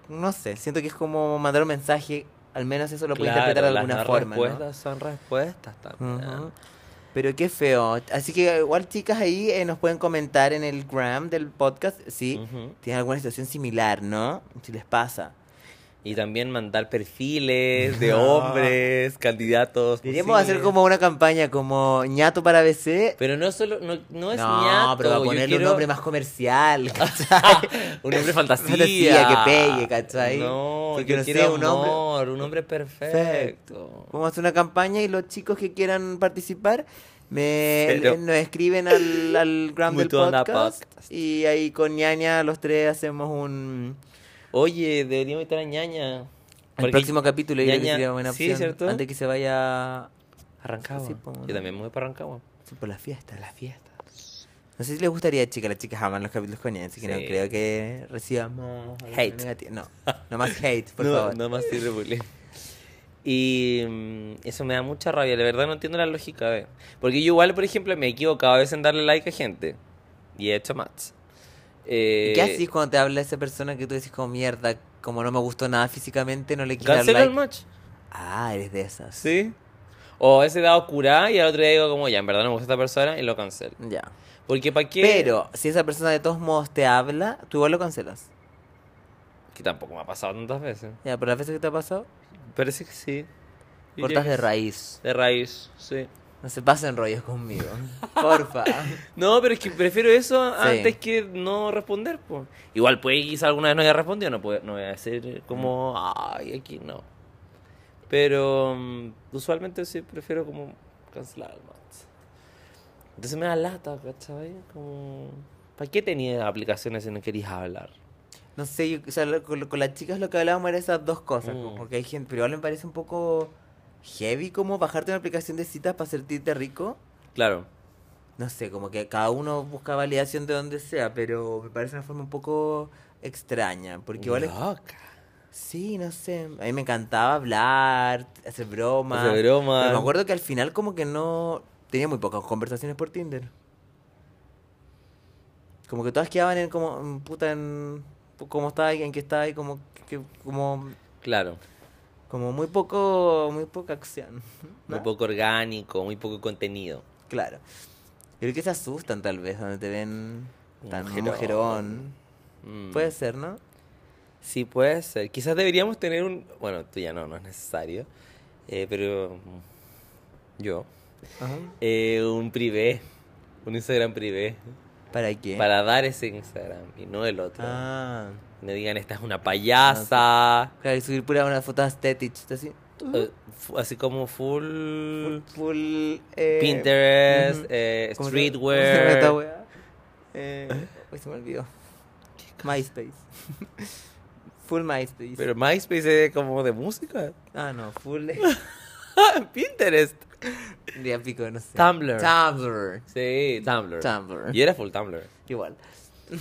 [SPEAKER 1] No sé. Siento que es como mandar un mensaje. Al menos eso lo puedes
[SPEAKER 2] Claro,
[SPEAKER 1] interpretar de
[SPEAKER 2] las
[SPEAKER 1] alguna
[SPEAKER 2] no
[SPEAKER 1] forma. ¿no?
[SPEAKER 2] respuestas son respuestas también.
[SPEAKER 1] Ujú. Pero qué feo. Así que igual, chicas, ahí eh, nos pueden comentar en el gram del podcast si
[SPEAKER 2] Ujú.
[SPEAKER 1] tienen alguna situación similar, ¿no? Si les pasa.
[SPEAKER 2] Y también mandar perfiles de
[SPEAKER 1] No.
[SPEAKER 2] hombres, candidatos.
[SPEAKER 1] Deberíamos hacer
[SPEAKER 2] posibles.
[SPEAKER 1] como una campaña, como ñato para BC.
[SPEAKER 2] Pero no solo, no, no es
[SPEAKER 1] no,
[SPEAKER 2] ñato,
[SPEAKER 1] pero para
[SPEAKER 2] yo
[SPEAKER 1] ponerle un
[SPEAKER 2] quiero- Ah,
[SPEAKER 1] nombre más comercial, ¿cachai?
[SPEAKER 2] un hombre fantasía.
[SPEAKER 1] Fantasía, que pegue, ¿cachai?
[SPEAKER 2] No,
[SPEAKER 1] Porque
[SPEAKER 2] yo
[SPEAKER 1] no sé,
[SPEAKER 2] quiero
[SPEAKER 1] un
[SPEAKER 2] un
[SPEAKER 1] hombre-
[SPEAKER 2] amor, un hombre perfecto.
[SPEAKER 1] Vamos a hacer una campaña y los chicos que quieran participar me,
[SPEAKER 2] Pero-
[SPEAKER 1] eh, nos escriben al, al gram del
[SPEAKER 2] Mutuo Onda
[SPEAKER 1] podcast, Y ahí con ñaña los tres hacemos un...
[SPEAKER 2] Oye, deberíamos estar a ñaña.
[SPEAKER 1] El próximo capítulo yo creo que
[SPEAKER 2] ñaña-
[SPEAKER 1] sería buena
[SPEAKER 2] sí,
[SPEAKER 1] opción.
[SPEAKER 2] ¿cierto?
[SPEAKER 1] Antes que se vaya
[SPEAKER 2] Arrancaba.
[SPEAKER 1] Sí, po,
[SPEAKER 2] Yo también me voy para Arrancagua.
[SPEAKER 1] sí, por las fiestas.
[SPEAKER 2] Las fiestas.
[SPEAKER 1] No sé si les gustaría, chicas. Las chicas aman los capítulos con ñaña, así que no
[SPEAKER 2] Sí.
[SPEAKER 1] creo que recibamos...
[SPEAKER 2] Hate.
[SPEAKER 1] negati- No, no más hate, por
[SPEAKER 2] no,
[SPEAKER 1] favor.
[SPEAKER 2] no más sirve bullying. Y mm, eso me da mucha rabia, la verdad no entiendo la lógica de... Porque yo igual, por ejemplo, me he equivocado a veces en darle like a gente. Y he hecho match.
[SPEAKER 1] ¿Y
[SPEAKER 2] Eh,
[SPEAKER 1] qué haces cuando te habla esa persona que tú decís como mierda, como no me gustó nada físicamente, no le quiero dar
[SPEAKER 2] Cancelo el
[SPEAKER 1] like?
[SPEAKER 2] match.
[SPEAKER 1] Ah, eres de esas.
[SPEAKER 2] Sí. O ese dado curá y al otro día digo como, ya, en verdad no me gusta esta persona y lo cancelo.
[SPEAKER 1] Ya.
[SPEAKER 2] Porque para qué...
[SPEAKER 1] Pero si esa persona de todos modos te habla, tú igual lo cancelas.
[SPEAKER 2] Que tampoco me ha pasado tantas veces.
[SPEAKER 1] Ya, pero las veces que te ha pasado,
[SPEAKER 2] Parece que sí. Yo diría
[SPEAKER 1] cortas
[SPEAKER 2] que
[SPEAKER 1] de
[SPEAKER 2] sí.
[SPEAKER 1] raíz.
[SPEAKER 2] De raíz, sí.
[SPEAKER 1] No se pasen rollos conmigo. Porfa.
[SPEAKER 2] No, pero es que prefiero eso
[SPEAKER 1] Sí.
[SPEAKER 2] antes que no responder, po. Igual, pues, quizá alguna vez no haya respondido, no, puede, no voy a decir como, ay, aquí no. Pero mm, usualmente sí prefiero como cancelar el match. Entonces me da lata, ¿cachai? Como... ¿Para qué tenía aplicaciones si no querías hablar?
[SPEAKER 1] No sé, yo- o sea, lo- con, con las chicas lo que hablábamos era esas dos cosas.
[SPEAKER 2] Mm.
[SPEAKER 1] Porque hay gente, pero igual me parece un poco heavy como bajarte una aplicación de citas para sentirte rico.
[SPEAKER 2] Claro.
[SPEAKER 1] No sé, como que cada uno busca validación de donde sea, pero me parece una forma un poco extraña. Porque igual es-
[SPEAKER 2] Loca.
[SPEAKER 1] Sí, no sé. A mí me encantaba hablar, hacer bromas.
[SPEAKER 2] Hacer bromas.
[SPEAKER 1] Pero me acuerdo que al final como que no... Tenía muy pocas conversaciones por Tinder. Como que todas quedaban en como... mm, Puta, en... ¿Cómo está? ¿En qué está? Y como... que- como...
[SPEAKER 2] Claro.
[SPEAKER 1] Como muy poco... Muy poca acción.
[SPEAKER 2] Muy
[SPEAKER 1] ¿no?
[SPEAKER 2] poco orgánico, muy poco contenido.
[SPEAKER 1] Claro. Creo que se asustan tal vez donde te ven
[SPEAKER 2] Un
[SPEAKER 1] tan
[SPEAKER 2] mujerón.
[SPEAKER 1] mujerón.
[SPEAKER 2] Mm.
[SPEAKER 1] Puede ser, ¿no?
[SPEAKER 2] Sí, puede ser. Quizás deberíamos tener un... Bueno, tú ya no, no es necesario. Eh, pero mm, yo.
[SPEAKER 1] Ajá.
[SPEAKER 2] Eh, un privé. Un Instagram privé.
[SPEAKER 1] ¿Para qué?
[SPEAKER 2] Para dar ese Instagram y no el otro.
[SPEAKER 1] Ah.
[SPEAKER 2] No digan, esta es una payasa.
[SPEAKER 1] Claro, y subir pura una foto aesthetic, así.
[SPEAKER 2] eh, fu- así como full,
[SPEAKER 1] Full. eh,
[SPEAKER 2] Pinterest,
[SPEAKER 1] ujú.
[SPEAKER 2] eh,
[SPEAKER 1] ¿Cómo se-
[SPEAKER 2] streetwear.
[SPEAKER 1] cómo se llama esta wea? Eh, uy, se me olvidó. MySpace. full MySpace.
[SPEAKER 2] Pero MySpace es como de música.
[SPEAKER 1] Ah, no, full.
[SPEAKER 2] Pinterest.
[SPEAKER 1] Ya pico, no sé.
[SPEAKER 2] Tumblr.
[SPEAKER 1] Tumblr.
[SPEAKER 2] Sí, Tumblr.
[SPEAKER 1] Tumblr.
[SPEAKER 2] Y era full Tumblr.
[SPEAKER 1] Igual.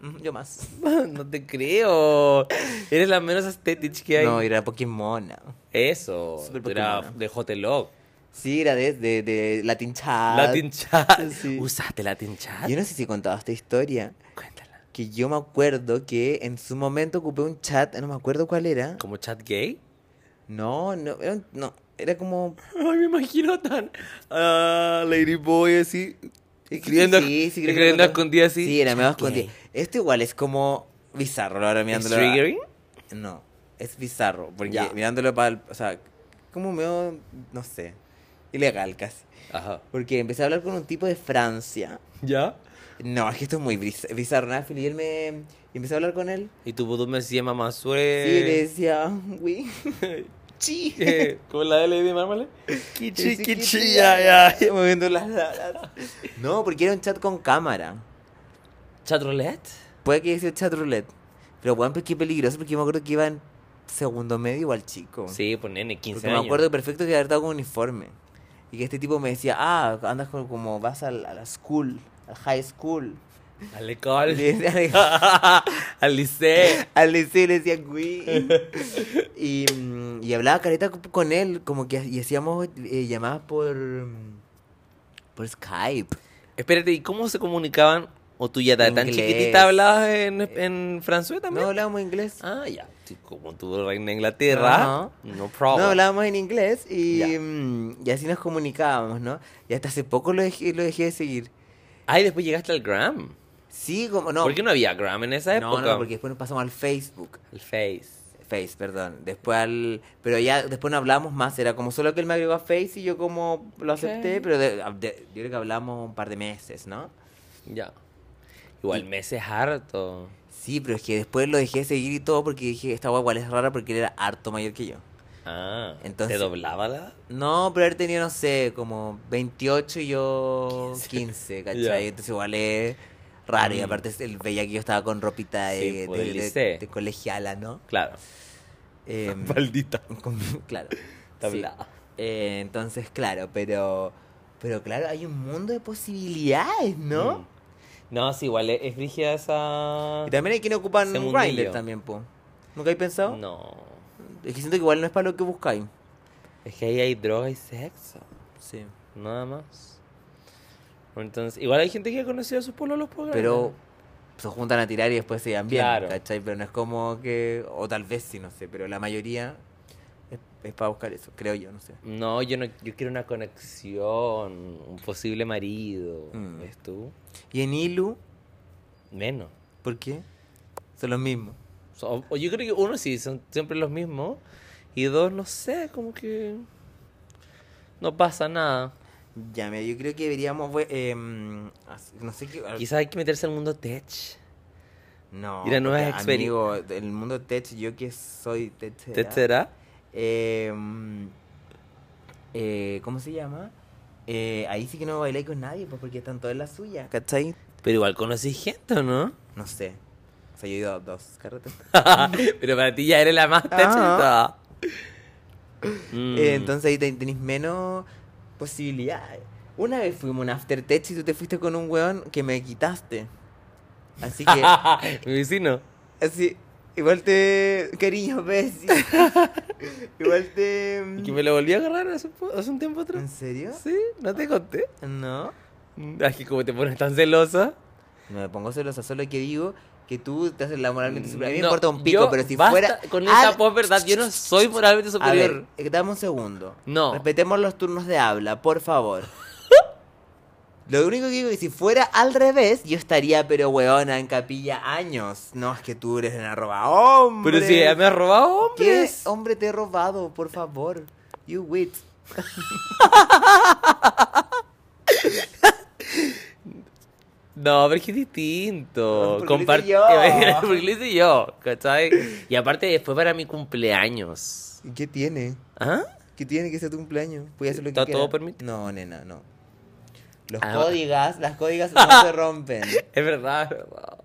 [SPEAKER 1] Mm, Yo más.
[SPEAKER 2] no te creo. Eres la menos estética que hay.
[SPEAKER 1] No, era Pokémon. no.
[SPEAKER 2] Eso.
[SPEAKER 1] Súper
[SPEAKER 2] tú eras
[SPEAKER 1] Pokémona.
[SPEAKER 2] de Hotelog.
[SPEAKER 1] Sí, era de, de, de Latin Chat.
[SPEAKER 2] Latin Chat.
[SPEAKER 1] sí.
[SPEAKER 2] ¿Usaste Latin Chat?
[SPEAKER 1] Yo no sé si he contado esta historia.
[SPEAKER 2] Cuéntala.
[SPEAKER 1] Que yo me acuerdo que en su momento ocupé un chat, no me acuerdo cuál era.
[SPEAKER 2] ¿Como chat gay?
[SPEAKER 1] No, no, era, un- no, era como.
[SPEAKER 2] Ay, me imagino tan. Ah, Ladyboy así. Escribiendo,
[SPEAKER 1] Sí, sí, creo que
[SPEAKER 2] escribiendo
[SPEAKER 1] lo-
[SPEAKER 2] escondida así.
[SPEAKER 1] Sí, era medio
[SPEAKER 2] Chat gay.
[SPEAKER 1] escondida. Esto Este igual es como bizarro, ahora
[SPEAKER 2] ¿Es
[SPEAKER 1] mirándolo.
[SPEAKER 2] triggering?
[SPEAKER 1] No, es bizarro, porque
[SPEAKER 2] Ya.
[SPEAKER 1] mirándolo para. O sea, como medio. No sé. Ilegal casi.
[SPEAKER 2] Ajá.
[SPEAKER 1] Porque empecé a hablar con un tipo de Francia.
[SPEAKER 2] ¿Ya?
[SPEAKER 1] No, es que esto es muy biz- bizarro. Nada, Fili, y él me. y empecé a hablar con él.
[SPEAKER 2] Y tu vudú me decía mamá
[SPEAKER 1] Sí,
[SPEAKER 2] sué.
[SPEAKER 1] y le decía, oui. Chi.
[SPEAKER 2] Eh, ¿Con la de Lady Marmalade?
[SPEAKER 1] Sí,
[SPEAKER 2] Kichi,
[SPEAKER 1] sí,
[SPEAKER 2] kichi,
[SPEAKER 1] sí,
[SPEAKER 2] ya, ya.
[SPEAKER 1] Moviendo las alas. No, porque era un chat con cámara.
[SPEAKER 2] ¿Chat roulette?
[SPEAKER 1] Puede que sea chat roulette. Pero bueno, pues qué peligroso, porque yo me acuerdo que iba en segundo medio igual chico.
[SPEAKER 2] Sí, pues nene, 15
[SPEAKER 1] Porque
[SPEAKER 2] años.
[SPEAKER 1] me acuerdo perfecto que había estado con uniforme. Y que este tipo me decía, ah, andas con- como vas al- a la school, al high school.
[SPEAKER 2] Al
[SPEAKER 1] Y
[SPEAKER 2] alcohol.
[SPEAKER 1] le decía-
[SPEAKER 2] Al liceo.
[SPEAKER 1] Al liceo le decía güey. Y, mm, y hablaba careta co- con él, como que y hacíamos eh, llamadas por, mm, por Skype.
[SPEAKER 2] Espérate, ¿y cómo se comunicaban? ¿O tú ya de tan
[SPEAKER 1] Inglés.
[SPEAKER 2] chiquitita hablabas en, en francés también?
[SPEAKER 1] No hablábamos inglés.
[SPEAKER 2] Ah, ya. Sí, Como tú reina de Inglaterra.
[SPEAKER 1] Ajá.
[SPEAKER 2] No
[SPEAKER 1] No
[SPEAKER 2] problem.
[SPEAKER 1] hablábamos en inglés y,
[SPEAKER 2] Ya.
[SPEAKER 1] mm, y así nos comunicábamos, ¿no? Y hasta hace poco lo dejé, lo dejé de seguir.
[SPEAKER 2] Ah, y después llegaste al Gram.
[SPEAKER 1] Sí, como no.
[SPEAKER 2] ¿Por qué no había Gram en esa
[SPEAKER 1] no,
[SPEAKER 2] época?
[SPEAKER 1] no, porque después nos pasamos al Facebook.
[SPEAKER 2] El Face.
[SPEAKER 1] Face, perdón. Después al. Pero ya después no hablábamos más. Era como solo que él me agregó a Face y yo como lo acepté.
[SPEAKER 2] Ok.
[SPEAKER 1] Pero de- de- yo creo que hablamos un par de meses, ¿no?
[SPEAKER 2] Ya. Igual meses harto.
[SPEAKER 1] Sí, pero es que después lo dejé de seguir y todo porque dije, esta guagua igual es rara porque él era harto mayor que yo.
[SPEAKER 2] Ah.
[SPEAKER 1] Entonces-
[SPEAKER 2] ¿Te doblaba la?
[SPEAKER 1] No, pero él tenía, no sé, como 28 y yo 15, ¿cachai?
[SPEAKER 2] Ya.
[SPEAKER 1] Entonces igual es raro. Y
[SPEAKER 2] Mm.
[SPEAKER 1] aparte él veía que yo estaba con ropita de,
[SPEAKER 2] Sí, pues,
[SPEAKER 1] de-
[SPEAKER 2] del
[SPEAKER 1] de-
[SPEAKER 2] liceo.
[SPEAKER 1] de colegiala, ¿no?
[SPEAKER 2] Claro.
[SPEAKER 1] Em,
[SPEAKER 2] Maldita.
[SPEAKER 1] con- claro. sí.
[SPEAKER 2] Tablada.
[SPEAKER 1] Eh, entonces, claro, pero... Pero claro, hay un mundo de posibilidades, ¿no?
[SPEAKER 2] Mm. No, sí, igual es, es brígida esa.
[SPEAKER 1] Y también hay quienes ocupan
[SPEAKER 2] Ese
[SPEAKER 1] un
[SPEAKER 2] mundillo.
[SPEAKER 1] grinder también, po. ¿Nunca habéis pensado?
[SPEAKER 2] No.
[SPEAKER 1] Es que siento que igual no es para lo que buscáis.
[SPEAKER 2] Es que ahí hay droga y sexo.
[SPEAKER 1] Sí.
[SPEAKER 2] Nada más. Entonces, igual hay gente que ha conocido a sus pololos por Grindr.
[SPEAKER 1] pero se juntan a tirar y después se llevan bien,
[SPEAKER 2] Claro.
[SPEAKER 1] ¿cachai? Pero no es como que, o tal vez sí, no sé, pero la mayoría es, para buscar eso, creo yo, no sé.
[SPEAKER 2] No, yo no, yo quiero una conexión, un posible marido.
[SPEAKER 1] Mm.
[SPEAKER 2] ¿Ves tú?
[SPEAKER 1] Y en Ilu,
[SPEAKER 2] Menos.
[SPEAKER 1] ¿por qué? Son los mismos.
[SPEAKER 2] So- o yo creo que uno sí, son siempre los mismos. Y dos, no sé, como que no pasa nada.
[SPEAKER 1] Ya, mira, yo creo que deberíamos, we- em, as- no sé qué... al-
[SPEAKER 2] Quizás hay que meterse al mundo tech.
[SPEAKER 1] No,
[SPEAKER 2] ir a nuevas
[SPEAKER 1] porque,
[SPEAKER 2] experi-
[SPEAKER 1] amigo, el mundo tech, yo que soy techera,
[SPEAKER 2] ¿Tech será?
[SPEAKER 1] em, eh, ¿Cómo se llama? Eh, ahí sí que no bailáis con nadie, pues porque están todas en la suya, ¿cachai?
[SPEAKER 2] Pero igual conocí gente, ¿o no?
[SPEAKER 1] No sé. O sea, yo he ido a dos carretes.
[SPEAKER 2] Pero para ti ya eres la más tech de
[SPEAKER 1] Ajá.
[SPEAKER 2] todas. Mm.
[SPEAKER 1] Eh, Ah. entonces ahí ten- tenéis menos posibilidades. Una vez fuimos a un after tech y tú te fuiste con un weón que me quitaste. Así que,
[SPEAKER 2] Mi vecino.
[SPEAKER 1] así, igual te. Cariño, Bessie. igual te.
[SPEAKER 2] Y que me lo volví a agarrar hace, un po- hace un tiempo
[SPEAKER 1] Mm. ¿En
[SPEAKER 2] atrás.
[SPEAKER 1] serio?
[SPEAKER 2] Sí, no te conté.
[SPEAKER 1] No.
[SPEAKER 2] Mm, Es que como te pones tan celosa.
[SPEAKER 1] No me pongo celosa, solo que digo que tú te haces la moralmente superior. A mí
[SPEAKER 2] No,
[SPEAKER 1] me importa un pico,
[SPEAKER 2] yo-
[SPEAKER 1] pero si
[SPEAKER 2] basta
[SPEAKER 1] fuera.
[SPEAKER 2] Con esa
[SPEAKER 1] Al-
[SPEAKER 2] voz, verdad, yo no soy moralmente
[SPEAKER 1] A
[SPEAKER 2] superior.
[SPEAKER 1] ver, eh, dame un segundo.
[SPEAKER 2] No.
[SPEAKER 1] Respetemos los turnos de habla, por favor. Lo único que digo es que si fuera al revés, yo estaría pero weona en capilla años. No, es que tú eres una roba hombre.
[SPEAKER 2] Pero si ella me ha robado
[SPEAKER 1] ¿Qué
[SPEAKER 2] hombres.
[SPEAKER 1] hombre te he robado, por favor? You wit.
[SPEAKER 2] No, pero es que es distinto.
[SPEAKER 1] Ah, Porque lo hice
[SPEAKER 2] Compar-
[SPEAKER 1] yo.
[SPEAKER 2] Porque lo hice yo, ¿cachai? Y aparte, después para mi cumpleaños.
[SPEAKER 1] ¿Y ¿Qué tiene?
[SPEAKER 2] ¿Ah?
[SPEAKER 1] ¿Qué tiene que ser tu cumpleaños? Voy a hacer lo que
[SPEAKER 2] ¿Todo-
[SPEAKER 1] quiera.
[SPEAKER 2] todo permite?
[SPEAKER 1] No, nena, no. Los
[SPEAKER 2] Ah,
[SPEAKER 1] códigas, las códigas no se rompen.
[SPEAKER 2] Es verdad, es verdad.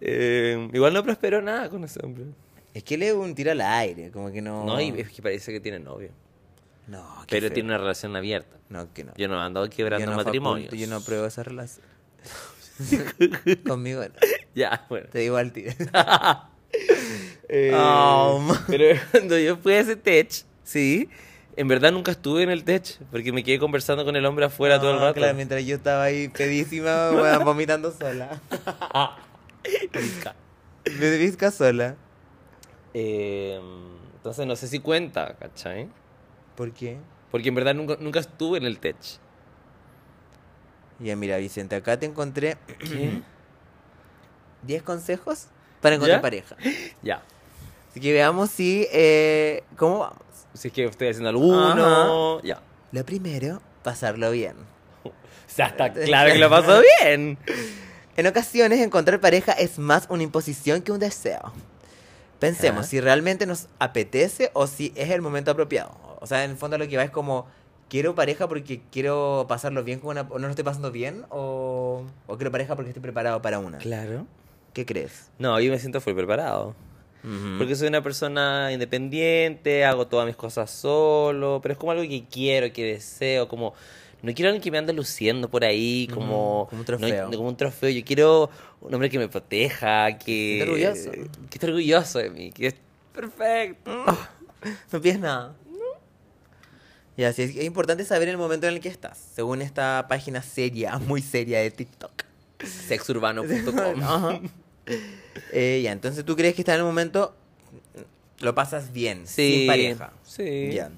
[SPEAKER 2] Eh, igual no prosperó nada con ese hombre.
[SPEAKER 1] Es que le un tiro al aire, como que no.
[SPEAKER 2] No, y es que parece que tiene novio.
[SPEAKER 1] No, qué
[SPEAKER 2] Pero
[SPEAKER 1] feo.
[SPEAKER 2] tiene una relación abierta.
[SPEAKER 1] No, que no.
[SPEAKER 2] Yo no ando quebrando
[SPEAKER 1] Yo no
[SPEAKER 2] matrimonios.
[SPEAKER 1] faculto, yo no apruebo esa relación. Conmigo no.
[SPEAKER 2] Ya, bueno.
[SPEAKER 1] Te digo al tiro.
[SPEAKER 2] Eh,
[SPEAKER 1] Um.
[SPEAKER 2] Pero cuando yo fui a ese tech, sí, en verdad nunca estuve en el tech, porque me quedé conversando con el hombre afuera todo el
[SPEAKER 1] No,
[SPEAKER 2] rato.
[SPEAKER 1] Ah, claro, mientras yo estaba ahí pedísima, weón, vomitando sola.
[SPEAKER 2] Ah.
[SPEAKER 1] Me visca sola.
[SPEAKER 2] Eh, entonces no sé si cuenta, ¿cachai?
[SPEAKER 1] ¿Por qué?
[SPEAKER 2] Porque en verdad nunca, nunca estuve en el tech.
[SPEAKER 1] Ya mira, Vicente, acá te encontré
[SPEAKER 2] ¿Qué?
[SPEAKER 1] 10 consejos para encontrar
[SPEAKER 2] ¿Ya?
[SPEAKER 1] pareja.
[SPEAKER 2] ya.
[SPEAKER 1] Así que veamos si... eh, ¿Cómo vamos?
[SPEAKER 2] Si es que estoy haciendo alguno. Ya.
[SPEAKER 1] Lo primero, pasarlo bien.
[SPEAKER 2] O sea, está claro que lo pasó bien.
[SPEAKER 1] En ocasiones, encontrar pareja es más una imposición que un deseo. Pensemos
[SPEAKER 2] Ajá.
[SPEAKER 1] si realmente nos apetece o si es el momento apropiado. O sea, en el fondo lo que va es como, quiero pareja porque quiero pasarlo bien con una... o no lo estoy pasando bien o, o quiero pareja porque estoy preparado para una.
[SPEAKER 2] Claro.
[SPEAKER 1] ¿Qué crees?
[SPEAKER 2] No, yo me siento full preparado.
[SPEAKER 1] Ujú.
[SPEAKER 2] Porque soy una persona independiente, hago todas mis cosas solo, pero es como algo que quiero, que deseo, como no quiero alguien que me ande luciendo por ahí, como,
[SPEAKER 1] Ujú, como
[SPEAKER 2] no-
[SPEAKER 1] un trofeo.
[SPEAKER 2] como un trofeo. Yo quiero un hombre que me proteja, que
[SPEAKER 1] Que esté orgulloso.
[SPEAKER 2] que esté orgulloso de mí, que es perfecto.
[SPEAKER 1] No pides nada. Y así es, es importante saber el momento en el que estás, según esta página seria, muy seria de TikTok.
[SPEAKER 2] Sexurbano.com.
[SPEAKER 1] Ajá. Eh, ya, entonces tú crees que está en el momento, lo pasas bien, sin pareja.
[SPEAKER 2] Sí.
[SPEAKER 1] Ya.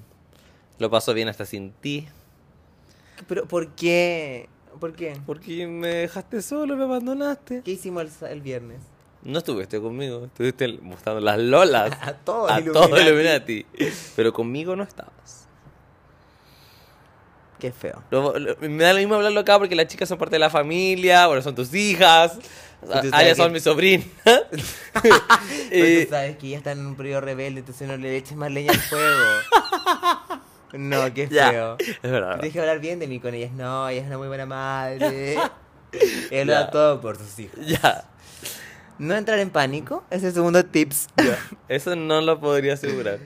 [SPEAKER 2] Lo paso bien hasta sin ti.
[SPEAKER 1] Pero ¿por qué? ¿Por qué?
[SPEAKER 2] Porque me dejaste solo, me abandonaste.
[SPEAKER 1] ¿Qué hicimos el, sa- el viernes?
[SPEAKER 2] No estuviste conmigo, estuviste mostrando las lolas.
[SPEAKER 1] A todos.
[SPEAKER 2] a todo Illuminati. Pero conmigo no estabas.
[SPEAKER 1] Qué feo.
[SPEAKER 2] Lo- lo- me da lo mismo hablarlo acá porque las chicas son parte de la familia, bueno, son tus hijas,
[SPEAKER 1] tú sabes
[SPEAKER 2] Arias
[SPEAKER 1] que-
[SPEAKER 2] son mis sobrinas.
[SPEAKER 1] Pero
[SPEAKER 2] Eh,
[SPEAKER 1] tú sabes que ya están en un periodo rebelde, entonces no le eches más leña al fuego. no, qué
[SPEAKER 2] Ya.
[SPEAKER 1] feo.
[SPEAKER 2] es verdad.
[SPEAKER 1] Tienes que hablar bien de mí con ellas. No, ella es una muy buena madre. Ella lo
[SPEAKER 2] Ya.
[SPEAKER 1] da todo por sus hijos.
[SPEAKER 2] Ya,
[SPEAKER 1] No entrar en pánico es el segundo tips.
[SPEAKER 2] eso no lo podría asegurar.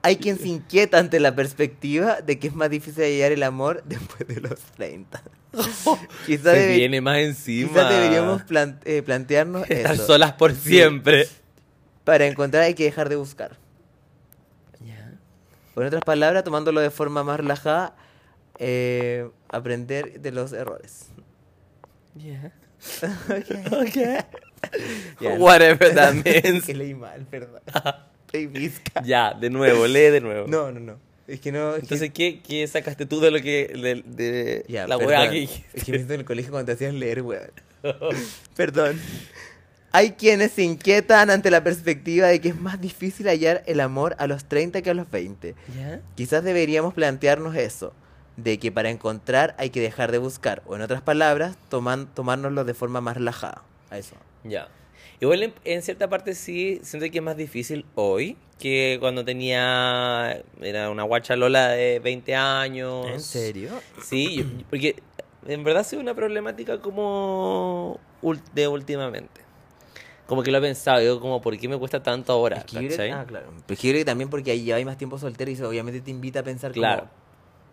[SPEAKER 1] Hay quien se inquieta ante la perspectiva de que es más difícil hallar el amor después de los 30. Quizá,
[SPEAKER 2] Se
[SPEAKER 1] debe-
[SPEAKER 2] viene más encima.
[SPEAKER 1] quizá deberíamos plan- eh, plantearnos
[SPEAKER 2] estar
[SPEAKER 1] eso.
[SPEAKER 2] solas por siempre.
[SPEAKER 1] Para encontrar hay que dejar de buscar.
[SPEAKER 2] Ya.
[SPEAKER 1] O en otras palabras, tomándolo de forma más relajada, eh, aprender de los errores.
[SPEAKER 2] Ya.
[SPEAKER 1] Ok.
[SPEAKER 2] Ok.
[SPEAKER 1] Ya, no.
[SPEAKER 2] Whatever that means.
[SPEAKER 1] que leí mal, perdón. Leí visca.
[SPEAKER 2] ya, de nuevo, lee de nuevo.
[SPEAKER 1] No, no, no. Es que no. es que-
[SPEAKER 2] Entonces, ¿qué, ¿qué sacaste tú de lo que. de, de
[SPEAKER 1] Ya,
[SPEAKER 2] la
[SPEAKER 1] perdón.
[SPEAKER 2] weá que
[SPEAKER 1] Es que me siento en el colegio cuando te hacían leer, weón. perdón. Hay quienes se inquietan ante la perspectiva de que es más difícil hallar el amor a los 30 que a los 20.
[SPEAKER 2] ¿Ya?
[SPEAKER 1] Quizás deberíamos plantearnos eso, de que para encontrar hay que dejar de buscar, o en otras palabras, toman, tomárnoslo de forma más relajada. A eso.
[SPEAKER 2] Ya. Igual en, en cierta parte sí siento que es más difícil hoy que cuando tenía, era una guacha Lola de 20 años. Sí, yo- porque en verdad ha sido una problemática como ul- de últimamente. Como que lo he pensado, digo como, ¿por qué me cuesta tanto ahora?
[SPEAKER 1] Es que yo creo-
[SPEAKER 2] ¿Cachai?
[SPEAKER 1] ah, claro. Pero es que yo creo que también porque ahí ya hay más tiempo soltero y eso obviamente te invita a pensar como,
[SPEAKER 2] Claro.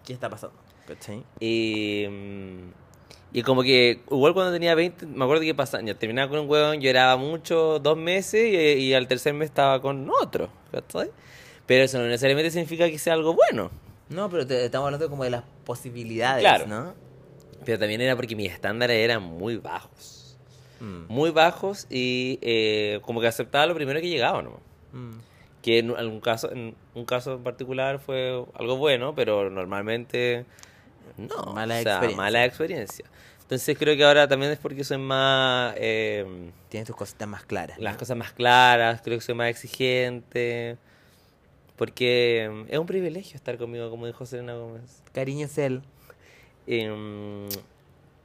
[SPEAKER 1] ¿qué está pasando? ¿Cachai?
[SPEAKER 2] Y, mm, y como que, igual cuando tenía 20, me acuerdo que pasaba, yo terminaba con un huevón, lloraba mucho, dos meses, y, y al tercer mes estaba con otro, ¿cachai? Pero eso no necesariamente significa que sea algo bueno.
[SPEAKER 1] No, pero te- estamos hablando como de las posibilidades,
[SPEAKER 2] Claro.
[SPEAKER 1] ¿no?
[SPEAKER 2] Pero también era porque mis estándares eran muy bajos.
[SPEAKER 1] Mm.
[SPEAKER 2] Muy bajos y eh, como que aceptaba lo primero que llegaba, ¿no?
[SPEAKER 1] Mm.
[SPEAKER 2] Que en algún caso, en un caso en particular fue algo bueno, pero normalmente no,
[SPEAKER 1] Mala
[SPEAKER 2] o sea,
[SPEAKER 1] experiencia.
[SPEAKER 2] mala experiencia. Entonces creo que ahora también es porque soy más, eh,
[SPEAKER 1] Tienes tus cositas más claras.
[SPEAKER 2] las
[SPEAKER 1] ¿no?
[SPEAKER 2] cosas más claras, creo que soy más exigente, porque eh, es un privilegio estar conmigo, como dijo Serena Gómez.
[SPEAKER 1] Cariño es él.
[SPEAKER 2] Em,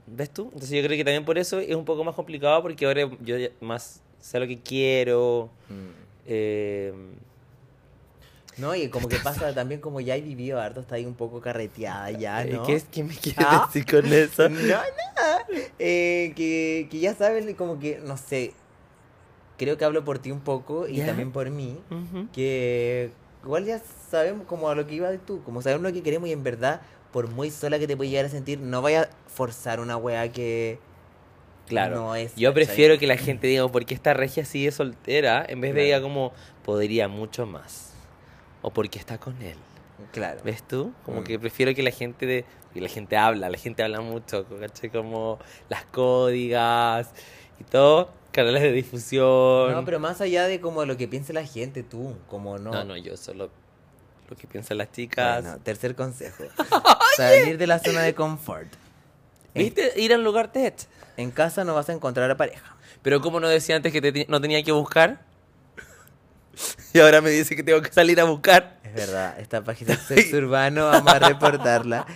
[SPEAKER 2] ¿Ves tú? Entonces yo creo que también por eso es un poco más complicado porque ahora yo
[SPEAKER 1] Mm.
[SPEAKER 2] ya más sé lo que quiero. em,
[SPEAKER 1] No, y como que pasa también como ya he vivido harto, está ahí un poco carreteada ya,
[SPEAKER 2] Eh,
[SPEAKER 1] Ah, ¿no?
[SPEAKER 2] ¿Qué, es- qué me quieres
[SPEAKER 1] ¿Ah?
[SPEAKER 2] decir con eso?
[SPEAKER 1] No, nada. Eh, que, que ya sabes, como que, no sé, creo que hablo por ti un poco y
[SPEAKER 2] Ya.
[SPEAKER 1] también por mí,
[SPEAKER 2] Ujú.
[SPEAKER 1] que igual ya sabemos como a lo que iba tú, como sabemos lo que queremos y en verdad, por muy sola que te puedes llegar a sentir, no vayas a forzar una weá que
[SPEAKER 2] Claro.
[SPEAKER 1] no es.
[SPEAKER 2] Yo
[SPEAKER 1] ¿cachai?
[SPEAKER 2] prefiero que la gente diga, "Oh, ¿por qué esta regia sigue soltera? En vez de
[SPEAKER 1] Claro.
[SPEAKER 2] diga como, podría mucho más. O porque está con él.
[SPEAKER 1] Claro.
[SPEAKER 2] ¿Ves tú? Como
[SPEAKER 1] Mm.
[SPEAKER 2] que prefiero que la gente de... Y la gente habla, la gente habla mucho, ¿cachai? Como las códigas y todo. Canales de difusión.
[SPEAKER 1] No, pero más allá de como lo que piense la gente, tú, como no.
[SPEAKER 2] no, no, yo solo lo que piensan las chicas.
[SPEAKER 1] Bueno, tercer consejo. Salir de la zona de confort. En-
[SPEAKER 2] ¿Viste? Ir al lugar tech.
[SPEAKER 1] En casa no vas a encontrar a pareja.
[SPEAKER 2] Pero como no decía antes que te te- no tenía que buscar. Y ahora me dice que tengo que salir a buscar.
[SPEAKER 1] Es verdad, esta página de sexo urbano, vamos a reportarla.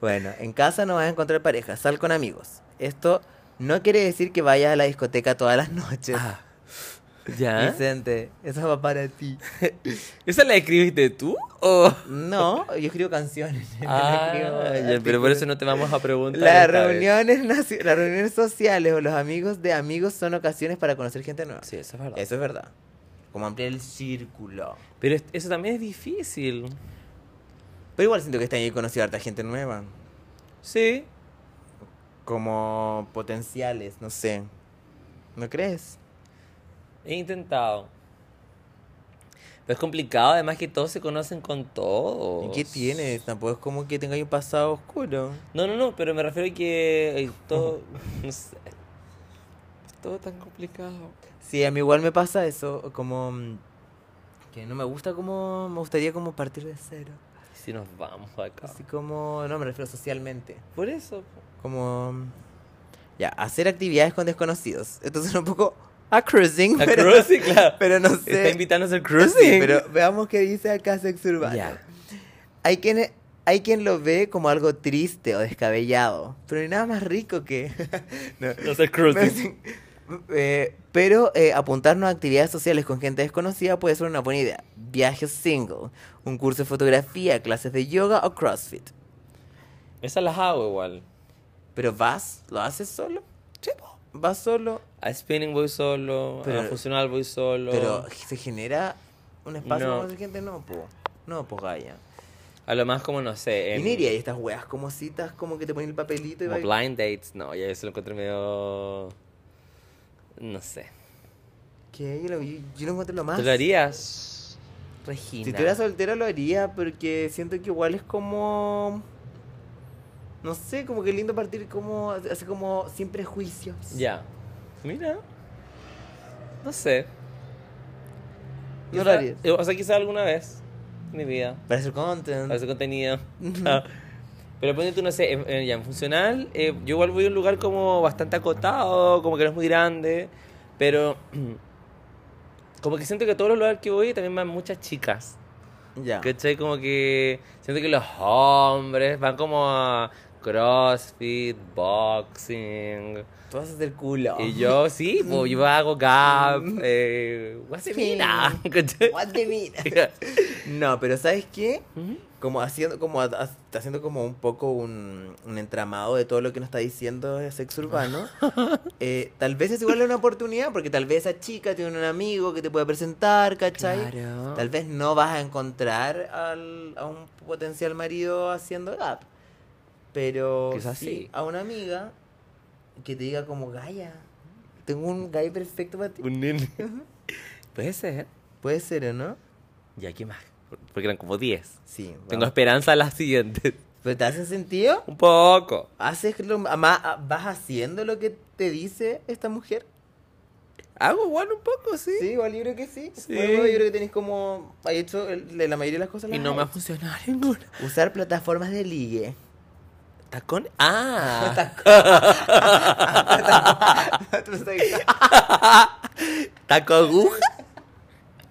[SPEAKER 1] Bueno, en casa no vas a encontrar pareja, sal con amigos. Esto no quiere decir que vayas a la discoteca todas las noches.
[SPEAKER 2] Ah, ¿Ya?
[SPEAKER 1] Vicente, eso va para ti.
[SPEAKER 2] ¿Esa la escribiste tú? ¿O?
[SPEAKER 1] No, yo escribo canciones. yo no
[SPEAKER 2] Ah,
[SPEAKER 1] escribo
[SPEAKER 2] ya, pero por
[SPEAKER 1] artículos.
[SPEAKER 2] eso no te vamos a preguntar. esta
[SPEAKER 1] Las
[SPEAKER 2] vez.
[SPEAKER 1] reuniones, nacio- las reuniones sociales o los amigos de amigos son ocasiones para conocer gente nueva.
[SPEAKER 2] Sí, eso es verdad.
[SPEAKER 1] Eso es verdad. Como ampliar el círculo.
[SPEAKER 2] Pero es- eso también es difícil.
[SPEAKER 1] Pero igual siento que este año he conocido a harta gente nueva.
[SPEAKER 2] Sí.
[SPEAKER 1] Como potenciales, no sé. ¿No crees?
[SPEAKER 2] He intentado. Pero es complicado, además que todos se conocen con todos.
[SPEAKER 1] ¿Y qué tienes? Tampoco es como que tenga ahí un pasado oscuro.
[SPEAKER 2] No, no, no, pero me refiero a que eh, todo. no sé. Es Todo tan complicado.
[SPEAKER 1] Sí, a mí igual me pasa eso, como mm, que no me gusta como, me gustaría como partir de cero.
[SPEAKER 2] ¿Y Si nos vamos acá.
[SPEAKER 1] Así como, no, me refiero socialmente.
[SPEAKER 2] Por eso.
[SPEAKER 1] Como, mm, ya, hacer actividades con desconocidos. Esto suena un poco a cruising,
[SPEAKER 2] A
[SPEAKER 1] pero,
[SPEAKER 2] cruising, claro.
[SPEAKER 1] pero no
[SPEAKER 2] Está
[SPEAKER 1] sé.
[SPEAKER 2] invitando a hacer
[SPEAKER 1] Sí,
[SPEAKER 2] cruising.
[SPEAKER 1] pero veamos qué dice acá Sex Urbano.
[SPEAKER 2] Ya.
[SPEAKER 1] Hay quien, e, hay quien lo ve como algo triste o descabellado, pero no hay nada más rico que... No.
[SPEAKER 2] Hacer cruising.
[SPEAKER 1] Eh, pero eh, apuntarnos a actividades sociales con gente desconocida puede ser una buena idea. Viajes single, un curso de fotografía, clases de yoga o CrossFit.
[SPEAKER 2] Esas las hago igual.
[SPEAKER 1] Pero vas, lo haces solo. Vas solo,
[SPEAKER 2] A spinning voy solo,
[SPEAKER 1] Pero-
[SPEAKER 2] a funcional voy solo,
[SPEAKER 1] pero se genera un espacio
[SPEAKER 2] No.
[SPEAKER 1] con otra gente. No, po. No, po, Gaya.
[SPEAKER 2] a lo más como no sé,
[SPEAKER 1] Y
[SPEAKER 2] en,
[SPEAKER 1] no iría a estas weas como citas, como que te ponen el papelito y
[SPEAKER 2] Em. como
[SPEAKER 1] vas.
[SPEAKER 2] blind dates, no, ya eso lo encontré medio no sé.
[SPEAKER 1] ¿Qué? Yo, lo- yo- yo no encuentro lo más.
[SPEAKER 2] ¿Tú lo harías? Regina.
[SPEAKER 1] Si estuviera soltera lo haría, porque siento que igual es como... No sé, como que lindo partir como... Así como sin prejuicios.
[SPEAKER 2] Ya. Mira. No sé.
[SPEAKER 1] No lo
[SPEAKER 2] Quizá-
[SPEAKER 1] harías.
[SPEAKER 2] O sea, quizá alguna vez en mi vida.
[SPEAKER 1] Para hacer content.
[SPEAKER 2] Para hacer contenido. Ah. Pero ponte tú, no sé, en, en- ya, en funcional, eh, yo igual voy a un lugar como bastante acotado, como que no es muy grande, pero como que siento que a todos los lugares que voy también van muchas chicas.
[SPEAKER 1] Ya.
[SPEAKER 2] ¿Cachai? Como que siento que los hombres van como a CrossFit, boxing.
[SPEAKER 1] Tú vas a hacer culo.
[SPEAKER 2] Y yo, sí, pues, yo hago gap,
[SPEAKER 1] Mm.
[SPEAKER 2] eh, guasemina, ¿cachai?
[SPEAKER 1] What the mean? No, pero ¿sabes qué?
[SPEAKER 2] Ujú.
[SPEAKER 1] Como haciendo como ha- ha- está haciendo como un poco un, un entramado de todo lo que nos está diciendo el sexo urbano. eh, tal vez es igual una oportunidad, porque tal vez esa chica tiene un amigo que te puede presentar, ¿cachai?
[SPEAKER 2] Claro.
[SPEAKER 1] Tal vez no vas a encontrar al- a un potencial marido haciendo gap. Pero
[SPEAKER 2] Quizás sí.
[SPEAKER 1] a una amiga que te diga como Gaia. Tengo un gay perfecto para ti.
[SPEAKER 2] Un nene. Puede ser.
[SPEAKER 1] Puede ser, ¿o no?
[SPEAKER 2] Ya, ¿qué más? Porque eran como 10.
[SPEAKER 1] Sí.
[SPEAKER 2] Tengo
[SPEAKER 1] vamos.
[SPEAKER 2] esperanza a las siguientes.
[SPEAKER 1] ¿Pero te hace sentido?
[SPEAKER 2] Un poco.
[SPEAKER 1] ¿Haces lo- ama- a- ¿Vas haciendo lo que te dice esta mujer?
[SPEAKER 2] Hago igual un poco, sí.
[SPEAKER 1] Sí, igual yo creo que sí. Pues,
[SPEAKER 2] Sí.
[SPEAKER 1] Bueno, yo creo que tenés como... Hay hecho el- la mayoría de las cosas.
[SPEAKER 2] Y
[SPEAKER 1] las
[SPEAKER 2] no
[SPEAKER 1] has
[SPEAKER 2] me ha funcionado ninguna.
[SPEAKER 1] hecho. Usar plataformas de ligue.
[SPEAKER 2] ¿Tacón? Ah. ¿Taco aguja?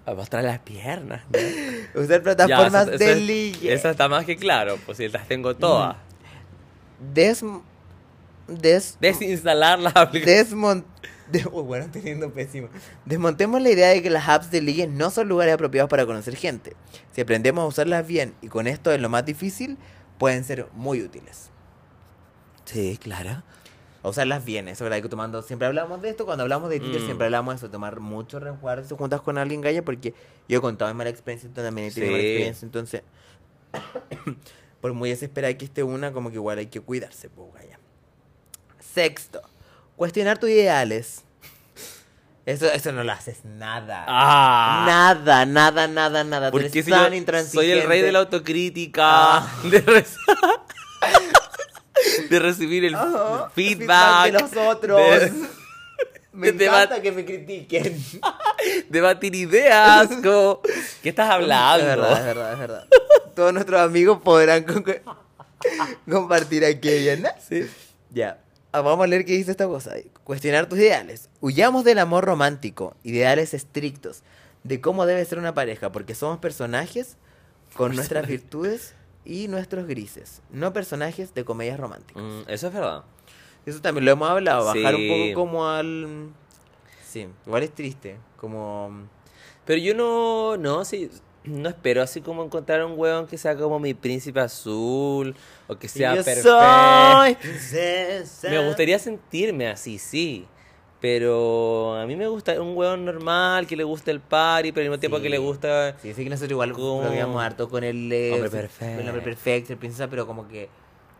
[SPEAKER 2] A mostrar las piernas. ¿no?
[SPEAKER 1] Usar
[SPEAKER 2] Ya,
[SPEAKER 1] plataformas
[SPEAKER 2] eso- eso
[SPEAKER 1] de
[SPEAKER 2] es-
[SPEAKER 1] ligue.
[SPEAKER 2] Eso está más que claro, pues si las tengo todas.
[SPEAKER 1] Mm. Des... Des...
[SPEAKER 2] Desinstalar las aplicaciones.
[SPEAKER 1] desmon- De- Uy, bueno, estoy siendo pésimo. Desmontemos la idea de que las apps de ligue no son lugares apropiados para conocer gente. Si aprendemos a usarlas bien y con esto es lo más difícil, pueden ser muy útiles. Sí, Clara. A usarlas bien, eso es verdad que tomando. Siempre hablamos de esto, cuando hablamos de Twitter,
[SPEAKER 2] Mm.
[SPEAKER 1] siempre hablamos de eso, tomar mucho resguardo si te juntas con alguien gaya, porque yo he contado mi mala experiencia, tú también he tenido mala
[SPEAKER 2] Sí.
[SPEAKER 1] experiencia, entonces. por muy desesperada que esté una, como que igual hay que cuidarse, pues, gaya. Sexto, cuestionar tus ideales. Eso, eso no lo haces nada.
[SPEAKER 2] ¡Ah!
[SPEAKER 1] Nada, nada, nada, nada. Tú
[SPEAKER 2] Porque
[SPEAKER 1] eres
[SPEAKER 2] si yo
[SPEAKER 1] tan
[SPEAKER 2] soy el rey
[SPEAKER 1] intransigente.
[SPEAKER 2] de la autocrítica,
[SPEAKER 1] Ah.
[SPEAKER 2] de, re- de recibir el
[SPEAKER 1] Ajá,
[SPEAKER 2] feedback,
[SPEAKER 1] de los otros.
[SPEAKER 2] de-
[SPEAKER 1] Me
[SPEAKER 2] de
[SPEAKER 1] encanta que me critiquen.
[SPEAKER 2] debatir ideas, como, ¿qué estás
[SPEAKER 1] Es verdad, es
[SPEAKER 2] hablando?
[SPEAKER 1] verdad, es verdad. Todos nuestros amigos podrán con- compartir aquella, ¿no?
[SPEAKER 2] Sí.
[SPEAKER 1] Ya. Ah, Vamos a leer qué dice esta cosa. Cuestionar tus ideales. Huyamos del amor romántico, ideales estrictos, de cómo debe ser una pareja, porque somos personajes con nuestras virtudes y nuestros grises, no personajes de comedias románticas.
[SPEAKER 2] Mm, eso es verdad.
[SPEAKER 1] Eso también lo hemos hablado, bajar un
[SPEAKER 2] Mm. Sí.
[SPEAKER 1] poco como al... Sí, igual es triste, como...
[SPEAKER 2] Pero yo no, no, sí, no espero así como encontrar un hueón que sea como mi príncipe azul o que sea
[SPEAKER 1] Yo
[SPEAKER 2] perfecto.
[SPEAKER 1] soy princesa.
[SPEAKER 2] Me gustaría sentirme así, sí. Pero a mí me gusta un hueón normal, que le gusta el party, pero al mismo tiempo
[SPEAKER 1] Sí.
[SPEAKER 2] que le gusta...
[SPEAKER 1] Sí, sí que nosotros igual
[SPEAKER 2] Como-
[SPEAKER 1] habíamos harto con el eh,
[SPEAKER 2] Hombre
[SPEAKER 1] sí,
[SPEAKER 2] perfecto.
[SPEAKER 1] El hombre perfecto, el princesa, pero como que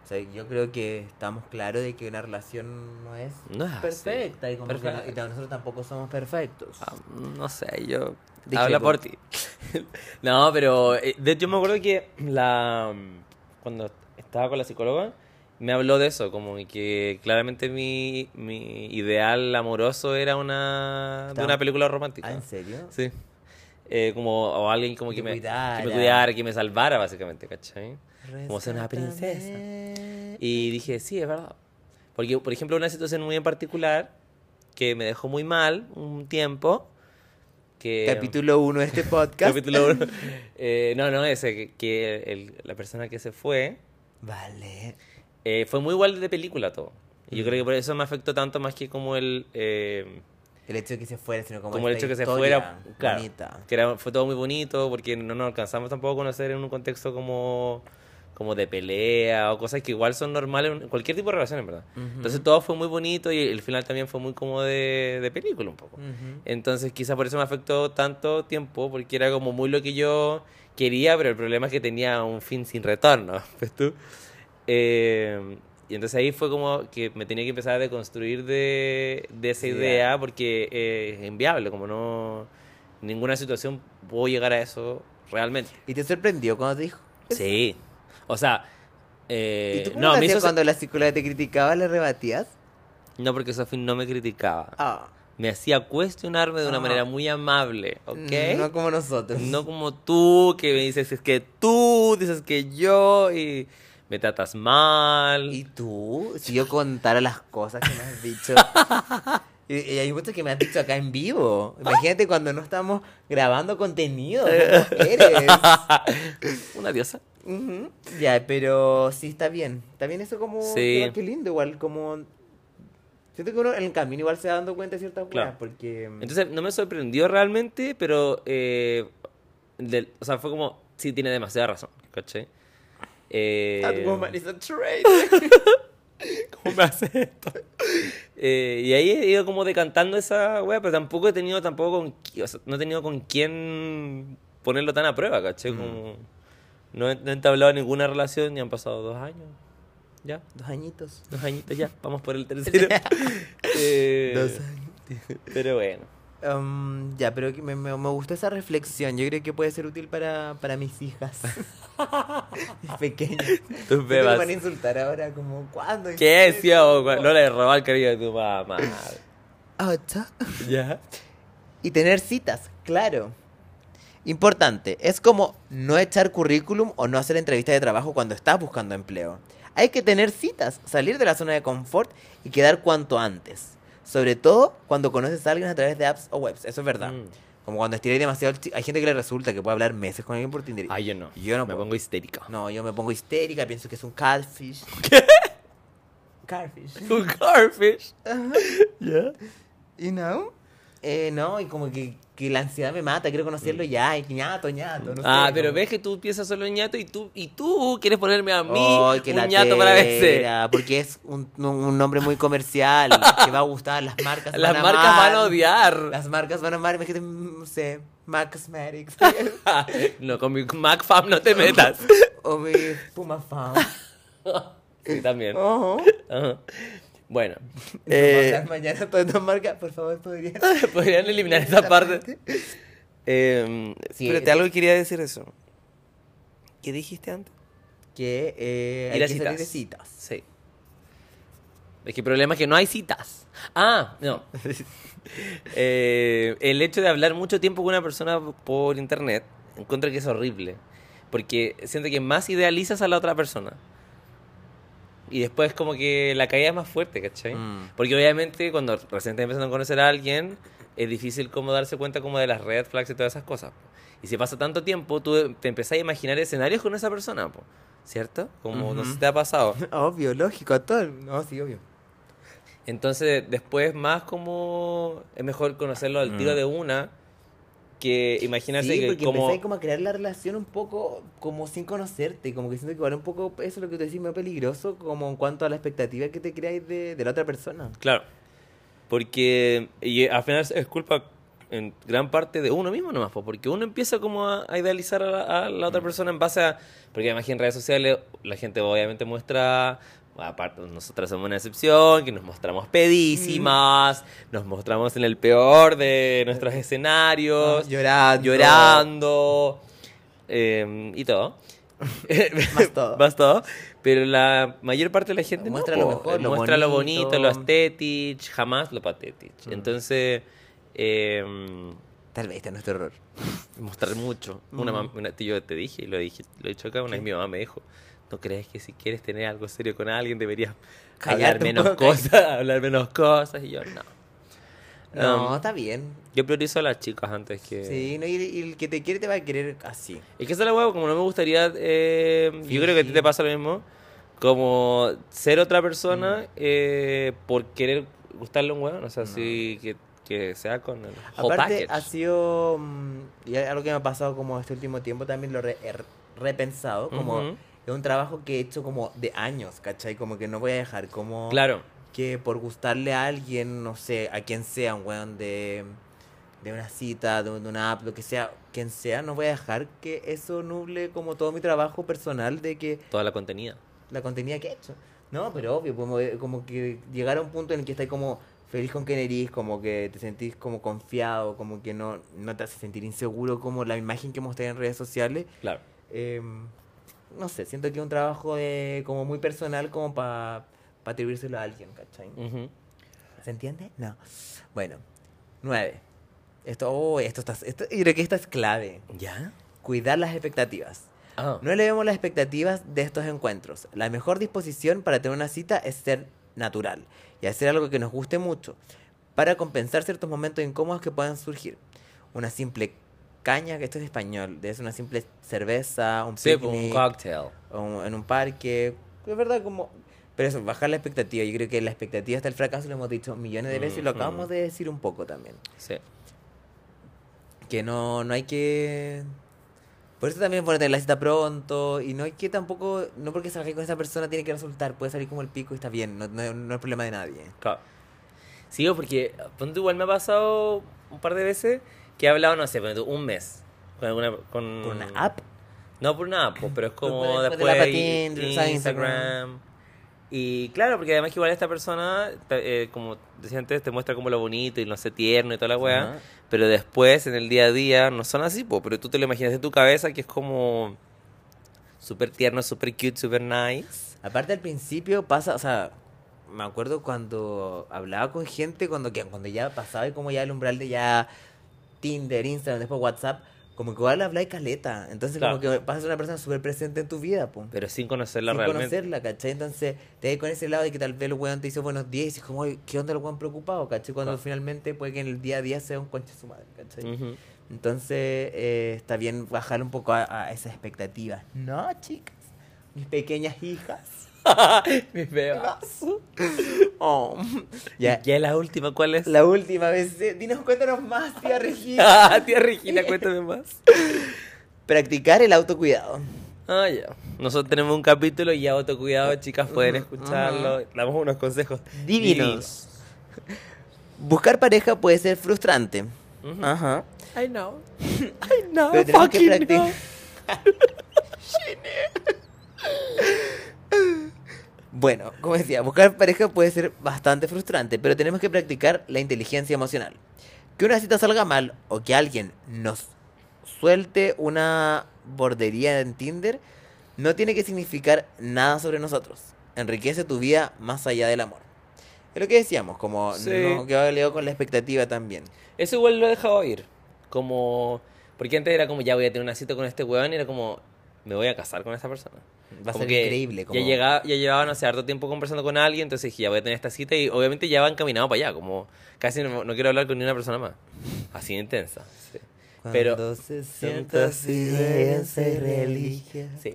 [SPEAKER 1] o sea, yo creo que estamos claros de que una relación no es
[SPEAKER 2] No es así.
[SPEAKER 1] perfecta y como que
[SPEAKER 2] Perfecto.
[SPEAKER 1] no- y nosotros tampoco somos perfectos.
[SPEAKER 2] Ah, No sé, yo...
[SPEAKER 1] Dije,
[SPEAKER 2] Habla
[SPEAKER 1] por-
[SPEAKER 2] por ti. no, pero... eh, De hecho, me acuerdo que la... Cuando estaba con la psicóloga, me habló de eso, como que claramente mi, mi ideal amoroso era una... De
[SPEAKER 1] Estaba-
[SPEAKER 2] una película
[SPEAKER 1] Ah,
[SPEAKER 2] romántica.
[SPEAKER 1] ¿en serio?
[SPEAKER 2] Sí. Eh, como, o alguien como
[SPEAKER 1] Que
[SPEAKER 2] que,
[SPEAKER 1] te
[SPEAKER 2] me, que
[SPEAKER 1] cuidara.
[SPEAKER 2] me cuidara, que me salvara, básicamente, ¿cachai? Como ser una
[SPEAKER 1] Rescátame.
[SPEAKER 2] princesa. Y dije, sí, es verdad. Porque, por ejemplo, una situación muy en particular que me dejó muy mal un tiempo. Que,
[SPEAKER 1] Capítulo 1 de este podcast.
[SPEAKER 2] eh, Capítulo uno. Eh, no, no, ese, que, que el- la persona que se fue
[SPEAKER 1] Vale.
[SPEAKER 2] eh, fue muy igual de película todo. Y yo creo que por eso me afectó tanto más que como el. eh,
[SPEAKER 1] El hecho de que se fuera, sino como,
[SPEAKER 2] como el hecho
[SPEAKER 1] esta
[SPEAKER 2] que se
[SPEAKER 1] historia
[SPEAKER 2] fuera, claro,
[SPEAKER 1] bonita.
[SPEAKER 2] que era- fue todo muy bonito porque no nos alcanzamos tampoco a conocer en un contexto como, como de pelea o cosas que igual son normales en cualquier tipo de relación, en verdad.
[SPEAKER 1] Ujú.
[SPEAKER 2] Entonces todo fue muy bonito y el final también fue muy como de, de película un poco.
[SPEAKER 1] Ujú.
[SPEAKER 2] Entonces quizá por eso me afectó tanto tiempo porque era como muy lo que yo quería, pero el problema es que tenía un fin sin retorno, ¿ves tú? Eh, y entonces ahí fue como que me tenía que empezar a deconstruir de, de esa
[SPEAKER 1] Sí,
[SPEAKER 2] idea porque eh, es inviable, como no... Ninguna situación puedo llegar a eso realmente.
[SPEAKER 1] ¿Y te sorprendió cuando te dijo?
[SPEAKER 2] Sí. O sea... eh,
[SPEAKER 1] Pues ¿Y tú cómo
[SPEAKER 2] no,
[SPEAKER 1] lo
[SPEAKER 2] me
[SPEAKER 1] hacías
[SPEAKER 2] hizo se-
[SPEAKER 1] cuando la psicóloga te criticaba, le rebatías?
[SPEAKER 2] no, porque Sofi no me criticaba.
[SPEAKER 1] Ah,
[SPEAKER 2] Me hacía cuestionarme de una
[SPEAKER 1] Ah. Mm,
[SPEAKER 2] manera muy amable, ¿ok?
[SPEAKER 1] no como nosotros.
[SPEAKER 2] No como tú, que me dices es que tú, dices que yo, y me tratas mal.
[SPEAKER 1] ¿Y tú? Si yo contara las cosas que me has dicho. y, y hay muchas que me has dicho acá en vivo. Imagínate cuando no estamos grabando contenido. ¿Cómo eres?
[SPEAKER 2] Una diosa.
[SPEAKER 1] Ujú. Ya, pero sí está bien. Está bien eso como...
[SPEAKER 2] Sí.
[SPEAKER 1] igual, Qué lindo, igual como... Siento que uno en el camino igual se va dando cuenta de ciertas cosas.
[SPEAKER 2] Claro.
[SPEAKER 1] Porque...
[SPEAKER 2] Entonces, no me sorprendió realmente, pero, eh, del- o sea, fue como, sí, tiene demasiada razón, ¿cachai? Eh,
[SPEAKER 1] That woman is a traitor.
[SPEAKER 2] ¿Cómo me hace esto? Eh, y ahí he ido como decantando esa wea, pero tampoco he tenido tampoco con, qui- o sea, no he tenido con quién ponerlo tan a prueba, ¿cachai?
[SPEAKER 1] Mm.
[SPEAKER 2] Como no he, no he entablado ninguna relación y han pasado dos años. Ya,
[SPEAKER 1] Dos añitos.
[SPEAKER 2] dos añitos ya, vamos por el tercero. Eh,
[SPEAKER 1] Dos años.
[SPEAKER 2] Pero bueno.
[SPEAKER 1] Em, ya, pero que me, me, me gustó esa reflexión. Yo creo que puede ser útil para, para mis hijas. Mis pequeñas.
[SPEAKER 2] Tus
[SPEAKER 1] Me
[SPEAKER 2] bebas.
[SPEAKER 1] van a insultar ahora, como, ¿cuándo?
[SPEAKER 2] ¿Qué es,
[SPEAKER 1] hiciste
[SPEAKER 2] tío?
[SPEAKER 1] eso?
[SPEAKER 2] No le robó el cariño de tu mamá.
[SPEAKER 1] Ata.
[SPEAKER 2] ¿Ya?
[SPEAKER 1] Y tener citas, claro. Importante, es como no echar currículum o no hacer entrevistas de trabajo cuando estás buscando empleo. Hay que tener citas, salir de la zona de confort y quedar cuanto antes. Sobre todo cuando conoces a alguien a través de apps o webs, eso es verdad.
[SPEAKER 2] Mm.
[SPEAKER 1] Como cuando estiráis demasiado el chi- Hay gente que le resulta que puede hablar meses con alguien por Tinder.
[SPEAKER 2] Ay, Ah, yo no.
[SPEAKER 1] Yo no
[SPEAKER 2] Me
[SPEAKER 1] puedo.
[SPEAKER 2] pongo histérica.
[SPEAKER 1] No, yo me pongo histérica, pienso que es un catfish. ¿Qué? Catfish.
[SPEAKER 2] Un carfish.
[SPEAKER 1] Ajá.
[SPEAKER 2] ¿Ya?
[SPEAKER 1] Y
[SPEAKER 3] you know?
[SPEAKER 1] Eh, no, y como que, que la ansiedad me mata, quiero conocerlo ya, y ñato, ñato. No
[SPEAKER 2] ah,
[SPEAKER 1] sé,
[SPEAKER 2] pero
[SPEAKER 1] como-
[SPEAKER 2] ves que tú piensas solo en ñato y tú, y tú quieres ponerme a mí
[SPEAKER 1] Ay, qué
[SPEAKER 2] un ñato para veces.
[SPEAKER 1] latera, Porque es un, un- un nombre muy comercial, que va a gustar, las marcas
[SPEAKER 2] Las
[SPEAKER 1] van a
[SPEAKER 2] marcas
[SPEAKER 1] amar.
[SPEAKER 2] van a odiar.
[SPEAKER 1] Las marcas van a amar, imagínate, mm, no sé, Mac Cosmetics,
[SPEAKER 2] no, con mi MacFam no te metas.
[SPEAKER 1] o mi Puma Farm.
[SPEAKER 2] Sí, también.
[SPEAKER 3] Ojo.
[SPEAKER 2] Ajá. Bueno, Eh,
[SPEAKER 1] Las mañanas todas estas marcas, por favor, podrían...
[SPEAKER 2] podrían eliminar esta parte. Eh,
[SPEAKER 1] Sí,
[SPEAKER 2] pero te algo que quería decir eso. ¿Qué dijiste antes?
[SPEAKER 1] Que eh, hay
[SPEAKER 2] Ir a
[SPEAKER 1] que salir de
[SPEAKER 2] citas.
[SPEAKER 1] citas.
[SPEAKER 2] Sí. Es que el problema es que no hay citas. Ah, no. Eh, el hecho de hablar mucho tiempo con una persona por internet, encuentro que es horrible. Porque siento que más idealizas a la otra persona. Y después como que la caída es más fuerte, ¿cachai?
[SPEAKER 1] Mm.
[SPEAKER 2] Porque obviamente cuando recién estás empezando a conocer a alguien, es difícil como darse cuenta como de las red flags y todas esas cosas. Y si pasa tanto tiempo, tú te empezás a imaginar escenarios con esa persona, po, ¿cierto? Como no sé
[SPEAKER 1] Ujú.
[SPEAKER 2] si te ha pasado.
[SPEAKER 1] Obvio, lógico, a todo. el- No, sí, obvio.
[SPEAKER 2] Entonces, después más como es mejor conocerlo al tiro
[SPEAKER 1] Mm.
[SPEAKER 2] de una que imaginarse
[SPEAKER 1] Sí,
[SPEAKER 2] que
[SPEAKER 1] porque
[SPEAKER 2] como
[SPEAKER 1] empecé como a crear la relación un poco como sin conocerte, como que siento que igual un poco eso es lo que tú decís medio peligroso como en cuanto a la expectativa que te creáis de, de la otra persona.
[SPEAKER 2] claro. Porque y al final es culpa en gran parte de uno mismo nomás, po, porque uno empieza como a, a idealizar a la, a la otra persona en base a porque además que en redes sociales la gente obviamente muestra aparte nosotras somos una excepción, que nos mostramos pedísimas, nos mostramos en el peor de nuestros escenarios.
[SPEAKER 1] llorando.
[SPEAKER 2] llorando eh, y todo.
[SPEAKER 1] Más todo.
[SPEAKER 2] Más todo. Pero la mayor parte de la gente no,
[SPEAKER 1] Muestra lo
[SPEAKER 2] po.
[SPEAKER 1] mejor, lo
[SPEAKER 2] muestra lo
[SPEAKER 1] bonito. Mm.
[SPEAKER 2] bonito, lo estético, jamás lo patético. Entonces, eh,
[SPEAKER 1] Tal vez este es nuestro error.
[SPEAKER 2] mostrar mucho.
[SPEAKER 1] Mm.
[SPEAKER 2] Una, mam- una- yo te dije, lo dije, lo he dicho acá, una vez mi mamá me dijo, ¿no crees que si quieres tener algo serio con alguien deberías hablar
[SPEAKER 1] Callarte un
[SPEAKER 2] menos
[SPEAKER 1] poco".
[SPEAKER 2] cosas, hablar menos cosas? Y yo, no.
[SPEAKER 1] No,
[SPEAKER 2] Um,
[SPEAKER 1] está bien.
[SPEAKER 2] yo priorizo a las chicas antes que...
[SPEAKER 1] Sí, no, y, y el que te quiere te va a querer así.
[SPEAKER 2] Es que esa es la hueá, como no me gustaría. eh,
[SPEAKER 1] Sí.
[SPEAKER 2] Yo creo que a ti te pasa lo mismo. Como ser otra
[SPEAKER 1] Mm.
[SPEAKER 2] persona eh, por querer gustarle a un hueón. O sea, sí, que, que sea con el whole package.
[SPEAKER 1] Aparte, ha sido. mm, Y algo que me ha pasado como este último tiempo también lo he re- he repensado. Como
[SPEAKER 2] Ujú.
[SPEAKER 1] es un trabajo que he hecho como de años, ¿cachai? Como que no voy a dejar como.
[SPEAKER 2] Claro.
[SPEAKER 1] Que por gustarle a alguien, no sé, a quien sea, un weón de. De una cita, de, un- de una app, lo que sea, quien sea, no voy a dejar que eso nuble como todo mi trabajo personal de que
[SPEAKER 2] Toda la contenida.
[SPEAKER 1] la contenida que he hecho. No, pero obvio, como, como que llegar a un punto en el que estás como feliz con quien eres, como que te sentís como confiado, como que no, no te hace sentir inseguro, como la imagen que mostré en redes sociales.
[SPEAKER 2] Claro.
[SPEAKER 1] Eh, no sé, siento que es un trabajo de, como muy personal como para atribuírselo a alguien, ¿cachai?
[SPEAKER 2] Ujú.
[SPEAKER 1] ¿Se entiende? No. Bueno, nueve. Esto, oh, esto está, esto, yo creo que esta es clave.
[SPEAKER 2] ¿Ya?
[SPEAKER 1] Cuidar las expectativas.
[SPEAKER 2] Ah.
[SPEAKER 1] No elevemos las expectativas de estos encuentros. La mejor disposición para tener una cita es ser natural y hacer algo que nos guste mucho para compensar ciertos momentos incómodos que puedan surgir. Una simple caña, que esto es español, es una simple cerveza, un
[SPEAKER 2] Sí, pues, un
[SPEAKER 1] picnic,
[SPEAKER 2] cocktail.
[SPEAKER 1] o un- en un parque, es verdad como... Pero eso, bajar la expectativa. Yo creo que la expectativa hasta el fracaso lo hemos dicho millones de veces y lo
[SPEAKER 2] Ujú.
[SPEAKER 1] acabamos de decir un poco también
[SPEAKER 2] Sí.
[SPEAKER 1] que no, no hay que... Por eso también ponerte la cita pronto y no hay que tampoco, no porque salgas con esa persona tiene que resultar, puede salir como el pico y está bien, no, no, no es problema de nadie.
[SPEAKER 2] Claro. Sí, o porque ponte igual me ha pasado un par de veces que he hablado, no sé, ponte tú, un mes con alguna. Con,
[SPEAKER 1] Con una app,
[SPEAKER 2] No por nada, po, pero es como
[SPEAKER 1] puedes
[SPEAKER 2] después,
[SPEAKER 1] ponerla para
[SPEAKER 2] i-
[SPEAKER 1] Tinder,
[SPEAKER 2] Instagram.
[SPEAKER 1] Instagram.
[SPEAKER 2] Y claro, porque además que igual esta persona, te- eh, como decía antes, te muestra como lo bonito y no sé, tierno y toda la weá.
[SPEAKER 1] Ajá.
[SPEAKER 2] Pero después, en el día a día, no son así, po, pero tú te lo imaginas en tu cabeza que es como súper tierno, súper cute, súper nice.
[SPEAKER 1] aparte al principio pasa, o sea, me acuerdo cuando hablaba con gente, cuando, que- cuando ya pasaba y como ya el umbral de ya Tinder, Instagram, después WhatsApp, como que igual habla y caleta, entonces como
[SPEAKER 2] Claro.
[SPEAKER 1] que pasas a una persona súper presente en tu vida, pues.
[SPEAKER 2] Pero sin conocerla
[SPEAKER 1] sin
[SPEAKER 2] realmente.
[SPEAKER 1] conocerla, ¿cachai? Entonces te das con ese lado de que tal vez el weón te hizo buenos días y dices, como, "Ay, ¿qué onda el weón preocupado, ¿cachai? Cuando
[SPEAKER 2] Claro. Mm.
[SPEAKER 1] finalmente puede que en el día a día sea un concha de su madre, ¿cachai?
[SPEAKER 2] Ujú.
[SPEAKER 1] Entonces eh, está bien bajar un poco a, a esas expectativas. No, chicas. mis pequeñas hijas.
[SPEAKER 2] Mis bebas.
[SPEAKER 1] Oh.
[SPEAKER 2] Ya.
[SPEAKER 1] Ya,
[SPEAKER 2] ya la última, ¿cuál es?
[SPEAKER 1] la última vez, eh, dinos, cuéntanos más, tía Regina.
[SPEAKER 2] Ah, tía Regina, cuéntame más.
[SPEAKER 1] Practicar el autocuidado.
[SPEAKER 2] Ah, ya. Nosotros tenemos un capítulo y ya autocuidado, chicas, pueden escucharlo. Damos unos consejos
[SPEAKER 1] Divinos. Buscar pareja puede ser frustrante.
[SPEAKER 2] Ujú.
[SPEAKER 1] Ajá.
[SPEAKER 2] I know. I know.
[SPEAKER 1] Pero tenemos que
[SPEAKER 2] fucking
[SPEAKER 1] practicar.
[SPEAKER 2] know.
[SPEAKER 1] Bueno, como decía, buscar pareja puede ser bastante frustrante, pero tenemos que practicar la inteligencia emocional. Que una cita salga mal o que alguien nos suelte una bordería en Tinder no tiene que significar nada sobre nosotros. Enriquece tu vida más allá del amor. Es lo que decíamos, como
[SPEAKER 2] Sí.
[SPEAKER 1] no que va ligado con la expectativa también.
[SPEAKER 2] Eso igual lo he dejado ir. Como. Porque antes era como, ya voy a tener una cita con este weón, y era como, me voy a casar con esta persona.
[SPEAKER 1] Va a
[SPEAKER 2] Como
[SPEAKER 1] ser
[SPEAKER 2] que
[SPEAKER 1] increíble. Como...
[SPEAKER 2] Ya, llegaba, ya llevaba, no sé, harto tiempo conversando con alguien, entonces dije, ya voy a tener esta cita, y obviamente ya va encaminado para allá, como, casi no, no quiero hablar con ni una persona más. Así de intensa. Sí. Pero-
[SPEAKER 1] Cuando se sienta así, deben ser religias.
[SPEAKER 2] Sí.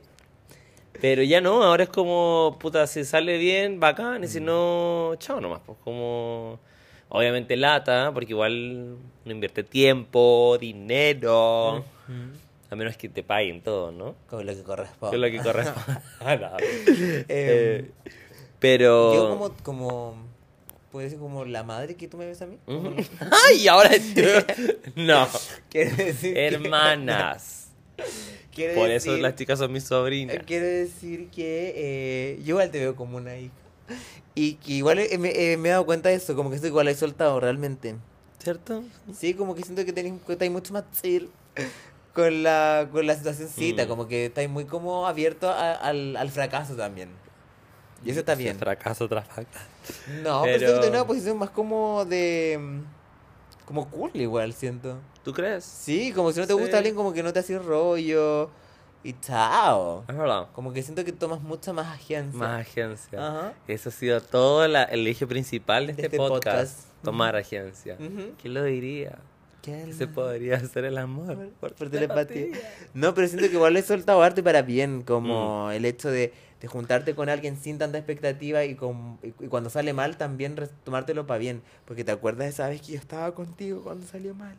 [SPEAKER 2] Pero ya no, ahora es como, puta, si sale bien, bacán,
[SPEAKER 1] Mm.
[SPEAKER 2] y si no, chao nomás. Pues como, obviamente lata, porque igual no invierte tiempo, dinero,
[SPEAKER 1] Mm.
[SPEAKER 2] a menos que te paguen todo, ¿no?
[SPEAKER 1] Como lo que
[SPEAKER 2] Que
[SPEAKER 1] corresponde.
[SPEAKER 2] es lo que corresponde. Nada.
[SPEAKER 1] Eh,
[SPEAKER 2] Eh, pero...
[SPEAKER 1] Yo como, como, puede ser como la madre que tú me ves a mí. como
[SPEAKER 2] Ujú.
[SPEAKER 1] lo-
[SPEAKER 2] ¡Ay, ahora tú! No,
[SPEAKER 1] Quiero decir que-
[SPEAKER 2] hermanas.
[SPEAKER 1] quiero
[SPEAKER 2] Por eso
[SPEAKER 1] decir-
[SPEAKER 2] las chicas son mis sobrinas.
[SPEAKER 1] Quiero decir que eh, yo igual te veo como una hija. Y que igual eh, me, eh, me he dado cuenta de eso, como que soy igual ahí soltado realmente.
[SPEAKER 2] ¿Cierto?
[SPEAKER 1] Sí, como que siento que tenés, que estáis mucho más chill con la, con la situación cita,
[SPEAKER 2] Mm.
[SPEAKER 1] como que estáis muy como abierto a- al, al fracaso también. Y eso está bien.
[SPEAKER 2] Fracaso tras fracaso.
[SPEAKER 1] No, pero,
[SPEAKER 2] Pero-
[SPEAKER 1] siento que tenés una posición más como de... mm, Como cool igual, siento.
[SPEAKER 2] ¿Tú crees?
[SPEAKER 1] Sí, como si no te
[SPEAKER 2] Sí.
[SPEAKER 1] gusta alguien, como que no te hace rollo. Y chao.
[SPEAKER 2] Es verdad.
[SPEAKER 1] Como que siento que tomas mucha más agencia.
[SPEAKER 2] Ah.
[SPEAKER 1] Ah.
[SPEAKER 2] Más agencia.
[SPEAKER 1] Ajá.
[SPEAKER 2] Eso ha sido todo la- el eje principal de este, podcast. Tomar agencia.
[SPEAKER 1] Ujú.
[SPEAKER 2] ¿Quién lo diría?
[SPEAKER 1] ¿Qué
[SPEAKER 2] Que se podría hacer el amor
[SPEAKER 1] Por, por telepatía. No, pero siento que igual lo he soltado arte para bien,
[SPEAKER 2] Mm.
[SPEAKER 1] como el hecho de, de juntarte con alguien sin tanta expectativa y, con, y, y cuando sale mal también res- tomártelo para bien. Porque te acuerdas de esa vez que yo estaba contigo cuando salió mal.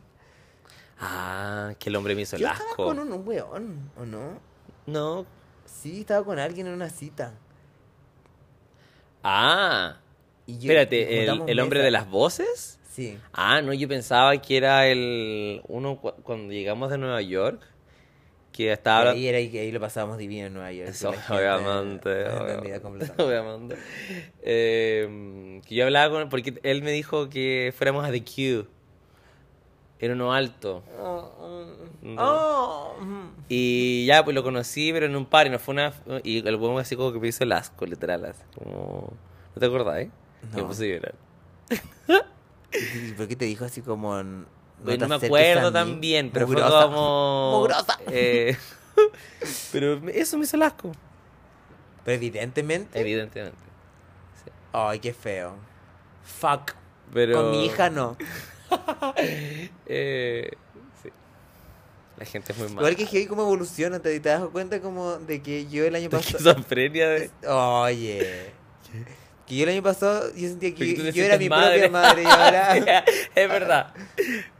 [SPEAKER 2] Ah, que el hombre me hizo el
[SPEAKER 1] Yo estaba
[SPEAKER 2] asco.
[SPEAKER 1] con un weón, ¿o no?
[SPEAKER 2] No.
[SPEAKER 1] Sí, estaba con alguien en una cita.
[SPEAKER 2] Ah.
[SPEAKER 1] Y yo- y
[SPEAKER 2] Espérate, el,
[SPEAKER 1] juntamos
[SPEAKER 2] el hombre
[SPEAKER 1] mesa.
[SPEAKER 2] de las voces.
[SPEAKER 1] Sí.
[SPEAKER 2] Ah, no, yo pensaba que era el uno cu- cuando llegamos de Nueva York, que estaba
[SPEAKER 1] Pero
[SPEAKER 2] hablando-
[SPEAKER 1] ahí, era, ahí ahí lo pasábamos divino en Nueva York.
[SPEAKER 2] Eso,
[SPEAKER 1] la gente
[SPEAKER 2] obviamente,
[SPEAKER 1] entendía
[SPEAKER 2] obviamente,
[SPEAKER 1] completamente.
[SPEAKER 2] obviamente. Eh, que yo hablaba con él porque él me dijo que fuéramos a The Q. Era uno alto.
[SPEAKER 1] Oh,
[SPEAKER 2] Y ya, pues lo conocí, pero en un par, y no fue una. Y el huevo así como que me hizo el asco, literal, así como. ¿No te acordás, eh? Me
[SPEAKER 1] No.
[SPEAKER 2] puse a llorar.
[SPEAKER 1] ¿Y por qué te dijo así como.? n-
[SPEAKER 2] Pues
[SPEAKER 1] te
[SPEAKER 2] no me
[SPEAKER 1] acerques a
[SPEAKER 2] acuerdo
[SPEAKER 1] mí?
[SPEAKER 2] tan bien, pero fue
[SPEAKER 1] Mugrosa.
[SPEAKER 2] como.
[SPEAKER 1] Mugrosa.
[SPEAKER 2] eh, pero eso me hizo el asco.
[SPEAKER 1] Pero evidentemente.
[SPEAKER 2] Evidentemente.
[SPEAKER 1] Ay, qué feo. Fuck.
[SPEAKER 2] Pero.
[SPEAKER 1] Con mi hija no.
[SPEAKER 2] eh, sí. La gente es muy mala.
[SPEAKER 1] Igual que Heavy, cómo evoluciona. ¿Te, te das cuenta como de que yo el año
[SPEAKER 2] La
[SPEAKER 1] pasado.
[SPEAKER 2] esquizofrenia de.
[SPEAKER 1] Oye. Que yo el año pasado yo sentía
[SPEAKER 2] Porque tú
[SPEAKER 1] que
[SPEAKER 2] te
[SPEAKER 1] yo era
[SPEAKER 2] sientes
[SPEAKER 1] mi
[SPEAKER 2] madre.
[SPEAKER 1] propia madre y ahora.
[SPEAKER 2] es verdad.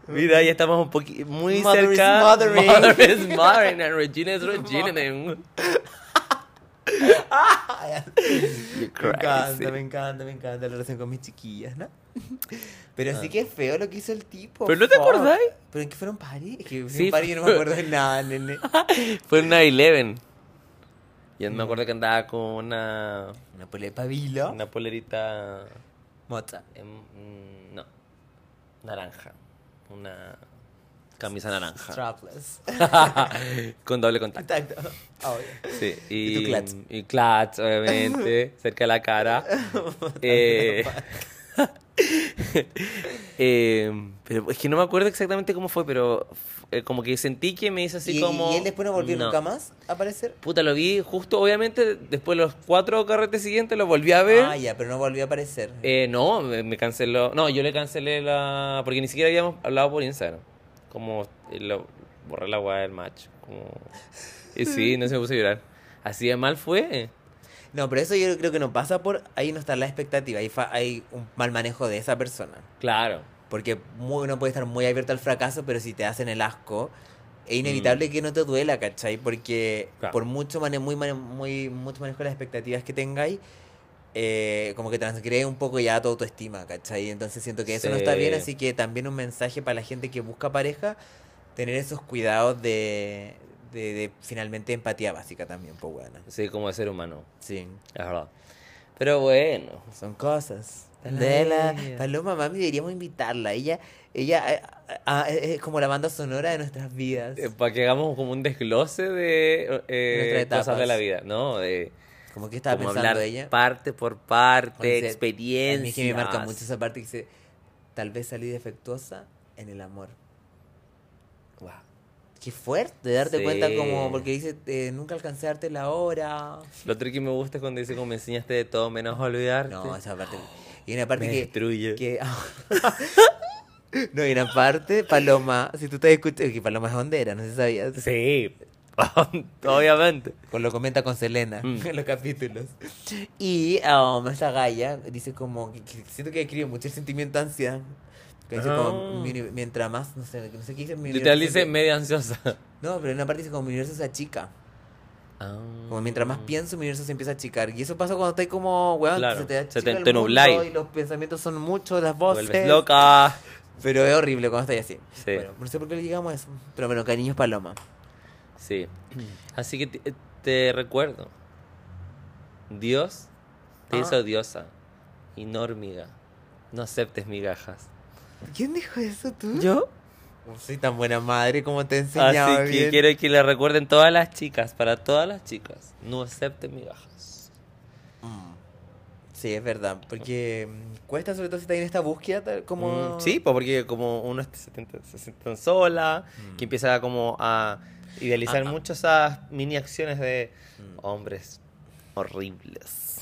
[SPEAKER 2] Mira, ya estamos un poquito muy
[SPEAKER 1] Mother is
[SPEAKER 2] cerca.
[SPEAKER 1] mothering.
[SPEAKER 2] Mother is mothering and Regina is Regina. You're
[SPEAKER 1] Me
[SPEAKER 2] crazy.
[SPEAKER 1] encanta, me encanta, me encanta la relación con mis chiquillas, ¿no? Pero sí que es feo lo que hizo el tipo.
[SPEAKER 2] Ah. ¿Pero no te
[SPEAKER 1] fuck.
[SPEAKER 2] acordáis?
[SPEAKER 1] ¿Pero en qué fueron party? Es
[SPEAKER 2] Sí,
[SPEAKER 1] que sí, party yo no me
[SPEAKER 2] fue-
[SPEAKER 1] acuerdo de nada, nene.
[SPEAKER 2] Fue una 11. Yo
[SPEAKER 1] Mm.
[SPEAKER 2] me acuerdo que andaba con una.
[SPEAKER 1] Una polepa vilo.
[SPEAKER 2] Una polerita.
[SPEAKER 1] Mota.
[SPEAKER 2] em, mm, no. Naranja. Una camisa naranja.
[SPEAKER 1] Strapless.
[SPEAKER 2] Con doble contacto.
[SPEAKER 1] Exacto. Ah, Obvio.
[SPEAKER 2] Sí.
[SPEAKER 1] Y
[SPEAKER 2] Y,
[SPEAKER 1] tu clutch.
[SPEAKER 2] y clutch, obviamente. cerca de la cara. Eh, eh, pero es que no me acuerdo exactamente cómo fue, pero eh, como que sentí que me hizo así
[SPEAKER 1] ¿Y,
[SPEAKER 2] como.
[SPEAKER 1] ¿Y él después no volvió nunca más a aparecer?
[SPEAKER 2] Puta, lo vi justo, obviamente, después de los cuatro carretes siguientes lo volví a ver.
[SPEAKER 1] Ah, ya, pero no volvió a aparecer.
[SPEAKER 2] Eh, no, me me canceló. No, yo le cancelé la. Porque ni siquiera habíamos hablado por Instagram. Como eh, lo- borré la weá del match. Como... Y sí, no se me puse a llorar. Así de mal fue.
[SPEAKER 1] No, pero eso yo creo que no pasa por. Ahí no está la expectativa. Ahí fa- hay un mal manejo de esa persona.
[SPEAKER 2] Claro.
[SPEAKER 1] Porque muy- uno puede estar muy abierto al fracaso, pero si te hacen el asco, es inevitable que no te duela, ¿cachai? Porque
[SPEAKER 2] Mm. Claro.
[SPEAKER 1] por mucho, mane muy mane- muy, mucho manejo de las expectativas que tengáis, eh, como que transgrede un poco ya tu autoestima, ¿cachai? Entonces siento que eso no está bien,
[SPEAKER 2] Sí.
[SPEAKER 1] así que también un mensaje para la gente que busca pareja, tener esos cuidados de, de, de finalmente empatía básica también, pues bueno.
[SPEAKER 2] Sí, como ser humano.
[SPEAKER 1] Sí,
[SPEAKER 2] Es verdad. Pero bueno.
[SPEAKER 1] son cosas.
[SPEAKER 2] De la
[SPEAKER 1] De la
[SPEAKER 2] vida.
[SPEAKER 1] Paloma Mami deberíamos invitarla. Ella, ella eh, ah, eh, es como la banda sonora de nuestras vidas.
[SPEAKER 2] eh, para que hagamos como un desglose de eh,
[SPEAKER 1] Nuestras
[SPEAKER 2] cosas de la vida,
[SPEAKER 1] etapas.
[SPEAKER 2] ¿no? De
[SPEAKER 1] Como que estaba
[SPEAKER 2] como
[SPEAKER 1] pensando
[SPEAKER 2] hablar
[SPEAKER 1] ella.
[SPEAKER 2] parte por parte,
[SPEAKER 1] Dice, A
[SPEAKER 2] experiencias.
[SPEAKER 1] mí es que me marca mucho esa parte que dice, tal vez salí defectuosa en el amor. Wow. Qué fuerte darte
[SPEAKER 2] Sí.
[SPEAKER 1] cuenta como, porque dice, eh, nunca alcancé a darte la hora.
[SPEAKER 2] Lo otro que me gusta es cuando dice como me enseñaste de todo menos a olvidarte.
[SPEAKER 1] No, esa parte. Y una
[SPEAKER 2] me
[SPEAKER 1] parte que...
[SPEAKER 2] destruye.
[SPEAKER 1] que- no, y una parte, Paloma, si tú estás escuchando, que Paloma es hondera, no sé si sabías.
[SPEAKER 2] Sí, obviamente.
[SPEAKER 1] Con lo comenta con Selena
[SPEAKER 2] Mm.
[SPEAKER 1] en los capítulos. Y um, esta Gaia dice como que, que siento que escribe mucho el sentimiento de ansiedad. Que dice como,
[SPEAKER 2] Ah.
[SPEAKER 1] mi uni- mientras más, no sé, no sé qué dice. Mi
[SPEAKER 2] Literal
[SPEAKER 1] universo
[SPEAKER 2] dice
[SPEAKER 1] se-
[SPEAKER 2] media ansiosa.
[SPEAKER 1] No, pero en una parte dice como mi universo se achica. Como mientras
[SPEAKER 2] Ah.
[SPEAKER 1] más pienso, mi universo se empieza a achicar. Y eso pasa cuando estás como,
[SPEAKER 2] Mm.
[SPEAKER 1] weón,
[SPEAKER 2] Claro,
[SPEAKER 1] se te
[SPEAKER 2] se
[SPEAKER 1] achica
[SPEAKER 2] te-
[SPEAKER 1] el
[SPEAKER 2] te
[SPEAKER 1] mundo
[SPEAKER 2] nublai.
[SPEAKER 1] Y los pensamientos son muchos, las
[SPEAKER 2] Te
[SPEAKER 1] voces.
[SPEAKER 2] vuelves loca.
[SPEAKER 1] Pero es horrible cuando estás así.
[SPEAKER 2] Sí.
[SPEAKER 1] Bueno, no sé por qué le llegamos a eso. Pero bueno, cariños Paloma.
[SPEAKER 2] Sí. Así que te, te recuerdo. Dios te
[SPEAKER 1] Ah.
[SPEAKER 2] hizo diosa y no hormiga. No aceptes migajas.
[SPEAKER 1] ¿Quién dijo eso tú?
[SPEAKER 2] ¿Yo?
[SPEAKER 1] Soy tan buena madre como te he enseñado.
[SPEAKER 2] Así que
[SPEAKER 1] bien.
[SPEAKER 2] quiero que le recuerden todas las chicas, para todas las chicas, no acepten migajas.
[SPEAKER 1] Mm. Sí, es verdad, porque mm, cuesta sobre todo si estás en esta búsqueda, tal como...
[SPEAKER 2] Mm, sí, pues porque como uno se siente, se siente tan sola,
[SPEAKER 1] Mm.
[SPEAKER 2] que empieza como a idealizar
[SPEAKER 1] Ah, ah.
[SPEAKER 2] mucho esas mini acciones de
[SPEAKER 1] Mm.
[SPEAKER 2] hombres horribles.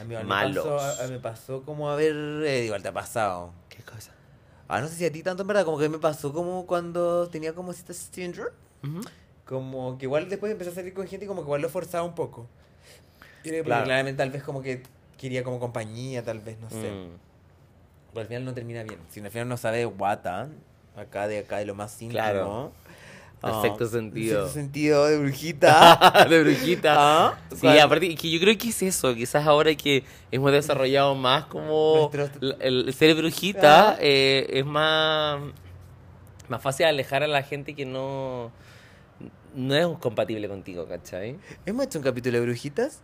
[SPEAKER 1] A mí igual
[SPEAKER 2] malos.
[SPEAKER 1] Me pasó, a- a- me pasó como a ver, eh, igual te ha pasado.
[SPEAKER 2] ¿Qué cosa?
[SPEAKER 1] Ah, no sé si a ti tanto, en verdad, como que me pasó como cuando tenía como cierta syndrome. Como que igual después empecé a salir con gente y como que igual lo forzaba un poco. Creo que
[SPEAKER 2] Claro.
[SPEAKER 1] claramente tal vez como que quería como compañía, tal vez, no sé.
[SPEAKER 2] Mm.
[SPEAKER 1] Pero al final no termina bien. Si al final no sabe guata, acá de acá de lo más íntimo.
[SPEAKER 2] Claro.
[SPEAKER 1] Ah,
[SPEAKER 2] Perfecto sentido.
[SPEAKER 1] Perfecto sentido de brujita.
[SPEAKER 2] de brujita.
[SPEAKER 1] Ah,
[SPEAKER 2] Sí,
[SPEAKER 1] ¿cuál?
[SPEAKER 2] aparte, y que yo creo que es eso, quizás ahora que hemos desarrollado más como
[SPEAKER 1] Nuestros-
[SPEAKER 2] el, el ser brujita,
[SPEAKER 1] Ah.
[SPEAKER 2] eh, es más, más fácil alejar a la gente que no, no es compatible contigo, ¿cachai?
[SPEAKER 1] ¿Hemos hecho un capítulo de brujitas?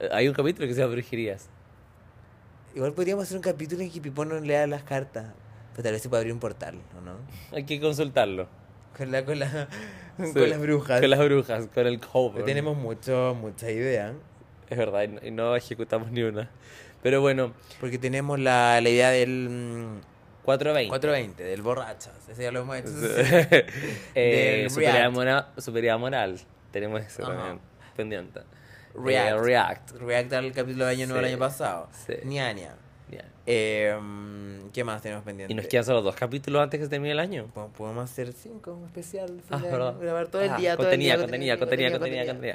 [SPEAKER 2] Eh, Hay un capítulo que se llama Brujerías.
[SPEAKER 1] Igual podríamos hacer un capítulo en que Pipón nos lea las cartas. Pero tal vez se puede abrir un portal, ¿o no?
[SPEAKER 2] Hay que consultarlo.
[SPEAKER 1] Con, la, con, la- con
[SPEAKER 2] Sí,
[SPEAKER 1] las brujas.
[SPEAKER 2] Con las brujas, con el cover.
[SPEAKER 1] Pero Tenemos mucho, mucha idea.
[SPEAKER 2] Es verdad, y no- y no ejecutamos ni una. Pero bueno,
[SPEAKER 1] Porque tenemos la, la idea del mm,
[SPEAKER 2] 420.
[SPEAKER 1] 420, del borrachas. Ese ya lo hemos hecho.
[SPEAKER 2] eh,
[SPEAKER 1] Del
[SPEAKER 2] superioridad,
[SPEAKER 1] React.
[SPEAKER 2] moral, superioridad moral. Tenemos eso
[SPEAKER 1] Ajá.
[SPEAKER 2] también pendiente.
[SPEAKER 1] React.
[SPEAKER 2] Eh, react.
[SPEAKER 1] React al capítulo de año nuevo
[SPEAKER 2] Sí,
[SPEAKER 1] del año pasado.
[SPEAKER 2] sí.
[SPEAKER 1] Ñaña.
[SPEAKER 2] Ya.
[SPEAKER 1] Eh, mm, ¿Qué más tenemos pendiente?
[SPEAKER 2] Y nos quedan solo dos capítulos antes que se termine el año.
[SPEAKER 1] Po- Podemos hacer cinco, un especial. fin
[SPEAKER 2] Ah,
[SPEAKER 1] de año,
[SPEAKER 2] perdón.
[SPEAKER 1] Grabar todo el
[SPEAKER 2] Ah,
[SPEAKER 1] día. todo el
[SPEAKER 2] Contenida,
[SPEAKER 1] día,
[SPEAKER 2] contenida, contenida, contenida, contenida.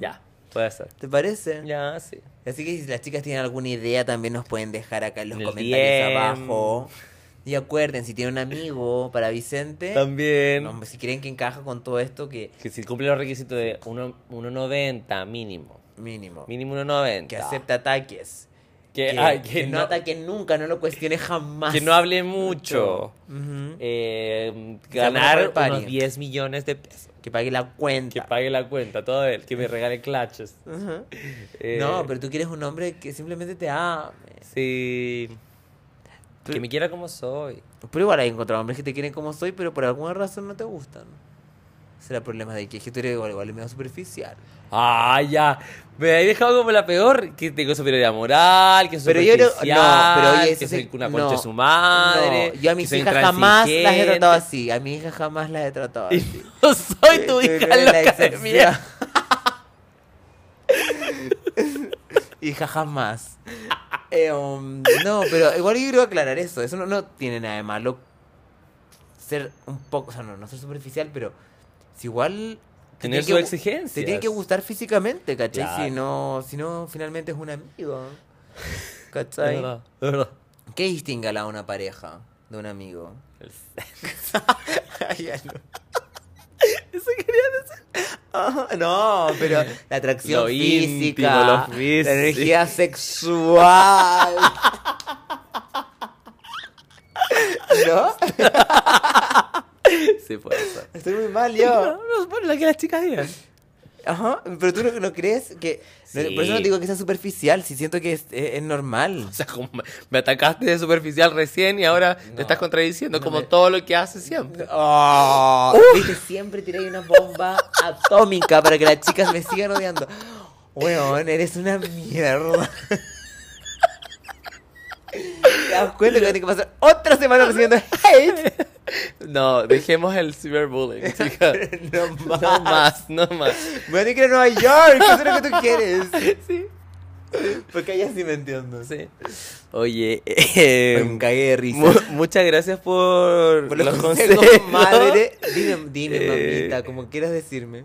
[SPEAKER 2] Ya, puede ser.
[SPEAKER 1] ¿Te parece?
[SPEAKER 2] Ya, sí.
[SPEAKER 1] Así que si las chicas tienen alguna idea, también nos pueden dejar acá en los
[SPEAKER 2] En el
[SPEAKER 1] comentarios
[SPEAKER 2] DM.
[SPEAKER 1] abajo. Y acuerden, si tienen un amigo para Vicente,
[SPEAKER 2] También.
[SPEAKER 1] Eh. no, si creen que encaja con todo esto, que
[SPEAKER 2] Que si cumple los requisitos de uno- 1.90 mínimo.
[SPEAKER 1] mínimo,
[SPEAKER 2] Mínimo 1.90.
[SPEAKER 1] que acepte ataques,
[SPEAKER 2] Que,
[SPEAKER 1] que,
[SPEAKER 2] ay, que
[SPEAKER 1] que no,
[SPEAKER 2] no,
[SPEAKER 1] ataque nunca, no lo cuestione jamás.
[SPEAKER 2] que no hable mucho.
[SPEAKER 1] Ujú.
[SPEAKER 2] Eh,
[SPEAKER 1] sea,
[SPEAKER 2] ganar
[SPEAKER 1] bueno para el
[SPEAKER 2] unos
[SPEAKER 1] pari.
[SPEAKER 2] 10 millones de pesos.
[SPEAKER 1] Que pague la
[SPEAKER 2] Que
[SPEAKER 1] cuenta.
[SPEAKER 2] pague la cuenta, todo él. Que me regale clutches.
[SPEAKER 1] Ujú.
[SPEAKER 2] Eh,
[SPEAKER 1] No, pero tú quieres un hombre que simplemente te ame.
[SPEAKER 2] Sí.
[SPEAKER 1] Tú-
[SPEAKER 2] Que me quiera como soy.
[SPEAKER 1] Pero igual hay encontrado hombres que te quieren como soy, pero por alguna razón no te gustan. Será problema de que es que tú eres igual, igual y medio superficial.
[SPEAKER 2] Ah, ya. Me he dejado como la peor. Que tengo superioridad moral, que soy
[SPEAKER 1] Pero yo no- no, pero oye, eso
[SPEAKER 2] que
[SPEAKER 1] sí-
[SPEAKER 2] soy una concha de
[SPEAKER 1] no,
[SPEAKER 2] su madre.
[SPEAKER 1] No, yo a
[SPEAKER 2] que
[SPEAKER 1] mis
[SPEAKER 2] soy
[SPEAKER 1] hijas jamás las he
[SPEAKER 2] intransigente.
[SPEAKER 1] tratado así. A mis hijas jamás las he tratado
[SPEAKER 2] Y
[SPEAKER 1] así.
[SPEAKER 2] no soy tu
[SPEAKER 1] Tú
[SPEAKER 2] hija
[SPEAKER 1] eres la
[SPEAKER 2] loca de
[SPEAKER 1] excepción.
[SPEAKER 2] mierda.
[SPEAKER 1] Hija jamás. Eh, um, no, pero igual yo quiero aclarar eso. Eso no, no tiene nada de malo. Ser un poco, o sea, no, no ser superficial, pero si igual
[SPEAKER 2] tener sus
[SPEAKER 1] tiene que gu-
[SPEAKER 2] exigencias.
[SPEAKER 1] Te tiene que gustar físicamente, ¿cachai?
[SPEAKER 2] Claro.
[SPEAKER 1] Si, no, si no, finalmente es un amigo.
[SPEAKER 2] Es
[SPEAKER 1] ¿Cachai?
[SPEAKER 2] verdad, es verdad.
[SPEAKER 1] ¿Qué distingue a la- una pareja de un amigo?
[SPEAKER 2] El-
[SPEAKER 1] Eso quería decir. Ah, no, pero la atracción
[SPEAKER 2] Lo
[SPEAKER 1] física,
[SPEAKER 2] íntimo, lo físico.
[SPEAKER 1] la energía sexual. ¿No?
[SPEAKER 2] Sí, puede ser.
[SPEAKER 1] Estoy muy mal yo.
[SPEAKER 2] No, no, la que las chicas digan.
[SPEAKER 1] Ajá, pero tú no, no crees que... no-
[SPEAKER 2] Sí.
[SPEAKER 1] Por eso no digo que sea superficial, si siento que es, es- es normal.
[SPEAKER 2] O sea, como me- me atacaste de superficial recién y ahora
[SPEAKER 1] No.
[SPEAKER 2] te estás contradiciendo
[SPEAKER 1] No
[SPEAKER 2] como
[SPEAKER 1] me-
[SPEAKER 2] todo lo que haces siempre.
[SPEAKER 1] Oh, ¿Viste? Siempre tiré una bomba atómica para que las chicas me sigan odiando. Weón, eres una mierda. ¿Te das cuenta que tiene que pasar otra semana recibiendo hate?
[SPEAKER 2] No, dejemos el cyberbullying, chicas.
[SPEAKER 1] No más.
[SPEAKER 2] No más, no más.
[SPEAKER 1] Me voy a tener que ir a Nueva York. ¿Qué es lo que tú quieres?
[SPEAKER 2] Sí,
[SPEAKER 1] Porque allá sí Em, me entiendo.
[SPEAKER 2] sí. Oye, eh,
[SPEAKER 1] Me cagué de risa.
[SPEAKER 2] mu- muchas gracias por,
[SPEAKER 1] Por los consejos, madre. Dime, dime,
[SPEAKER 2] Eh.
[SPEAKER 1] mamita, como quieras decirme.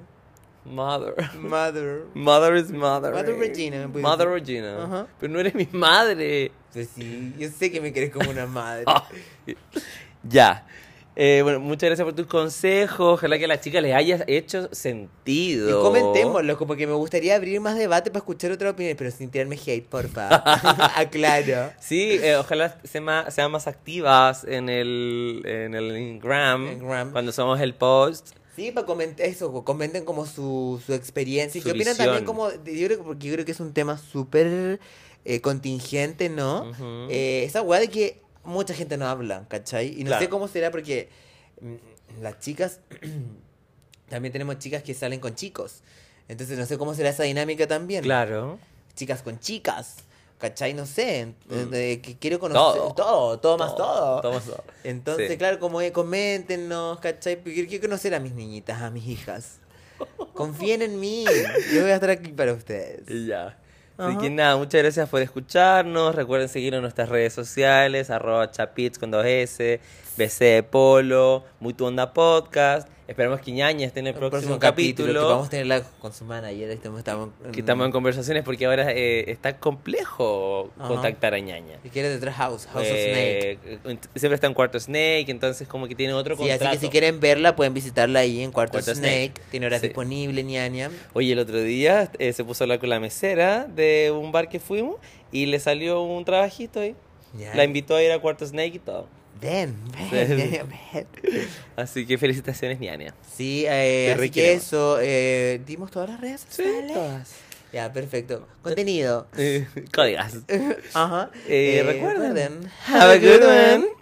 [SPEAKER 2] Mother.
[SPEAKER 1] Mother.
[SPEAKER 2] Mother is mother.
[SPEAKER 1] Mother Regina, me puedes
[SPEAKER 2] Mother
[SPEAKER 1] decir.
[SPEAKER 2] Regina.
[SPEAKER 1] Ajá.
[SPEAKER 2] Pero no eres mi madre.
[SPEAKER 1] Pues sí, yo sé que me querés como una madre.
[SPEAKER 2] Ya. Eh, bueno, muchas gracias por tus consejos. Ojalá que a la chica les haya hecho
[SPEAKER 1] Y
[SPEAKER 2] sentido.
[SPEAKER 1] comentémoslo, como que me gustaría abrir más debate para escuchar otra opinión, pero sin tirarme hate, porfa. Aclaro.
[SPEAKER 2] Sí, eh, ojalá se ma- sean más activas en el, en el Instagram,
[SPEAKER 1] Instagram.
[SPEAKER 2] cuando somos el post.
[SPEAKER 1] Sí, para comentar eso, comenten como su, su experiencia. y
[SPEAKER 2] Su
[SPEAKER 1] ¿Qué opinan
[SPEAKER 2] visión.
[SPEAKER 1] también como, de- yo creo, que- porque yo creo que es un tema súper eh, contingente, ¿no?
[SPEAKER 2] Ujú.
[SPEAKER 1] Eh, esa weá de que mucha gente no habla, ¿cachai? Y no sé
[SPEAKER 2] Claro.
[SPEAKER 1] cómo será porque mm, las chicas, también tenemos chicas que salen con chicos. Entonces no sé cómo será esa dinámica también.
[SPEAKER 2] Claro.
[SPEAKER 1] chicas con chicas, ¿cachai? No sé,
[SPEAKER 2] Mm.
[SPEAKER 1] eh, que quiero conocer
[SPEAKER 2] Todo.
[SPEAKER 1] todo, todo, más todo.
[SPEAKER 2] Todo más todo.
[SPEAKER 1] Entonces,
[SPEAKER 2] Sí.
[SPEAKER 1] claro, como eh, coméntenos, ¿cachai? Porque Yo quiero conocer a mis niñitas, a mis hijas. Confíen en mí, yo voy a estar aquí para ustedes.
[SPEAKER 2] Y ya. Así
[SPEAKER 1] Ajá.
[SPEAKER 2] que nada, muchas gracias por escucharnos. Recuerden seguirnos en nuestras redes sociales, arroba chapits con dos S, BC de Polo, Muy Tu Onda Podcast. Esperamos que Ñaña esté en el, próximo, capítulo.
[SPEAKER 1] que vamos a tenerla con su manager, estamos, estamos,
[SPEAKER 2] que estamos en conversaciones porque ahora eh, está complejo
[SPEAKER 1] Ajá.
[SPEAKER 2] contactar a Ñaña.
[SPEAKER 1] que quiere detrás House, House of Snake.
[SPEAKER 2] Eh, ent- siempre está en Cuarto Snake, entonces como que tiene otro
[SPEAKER 1] Sí,
[SPEAKER 2] contrato.
[SPEAKER 1] así que si quieren verla pueden visitarla ahí en Cuarto,
[SPEAKER 2] Cuarto
[SPEAKER 1] Snake. Tiene horas
[SPEAKER 2] Sí.
[SPEAKER 1] disponibles, ñaña.
[SPEAKER 2] Oye, el otro día eh, se puso a hablar con la mesera de un bar que fuimos y le salió un trabajito ahí.
[SPEAKER 1] Ya.
[SPEAKER 2] La invitó a ir a Cuarto Snake y todo.
[SPEAKER 1] Ven, ven,
[SPEAKER 2] Sí.
[SPEAKER 1] ñaña, ven.
[SPEAKER 2] Así que felicitaciones, ñaña.
[SPEAKER 1] Sí, eh,
[SPEAKER 2] Te
[SPEAKER 1] así que
[SPEAKER 2] requeremos.
[SPEAKER 1] eso, eh, dimos todas las redes sociales.
[SPEAKER 2] todas.
[SPEAKER 1] Ya, perfecto. Contenido.
[SPEAKER 2] Eh, Códigas.
[SPEAKER 1] Ajá.
[SPEAKER 2] Eh,
[SPEAKER 1] Eh,
[SPEAKER 2] recuerden. Have a good one.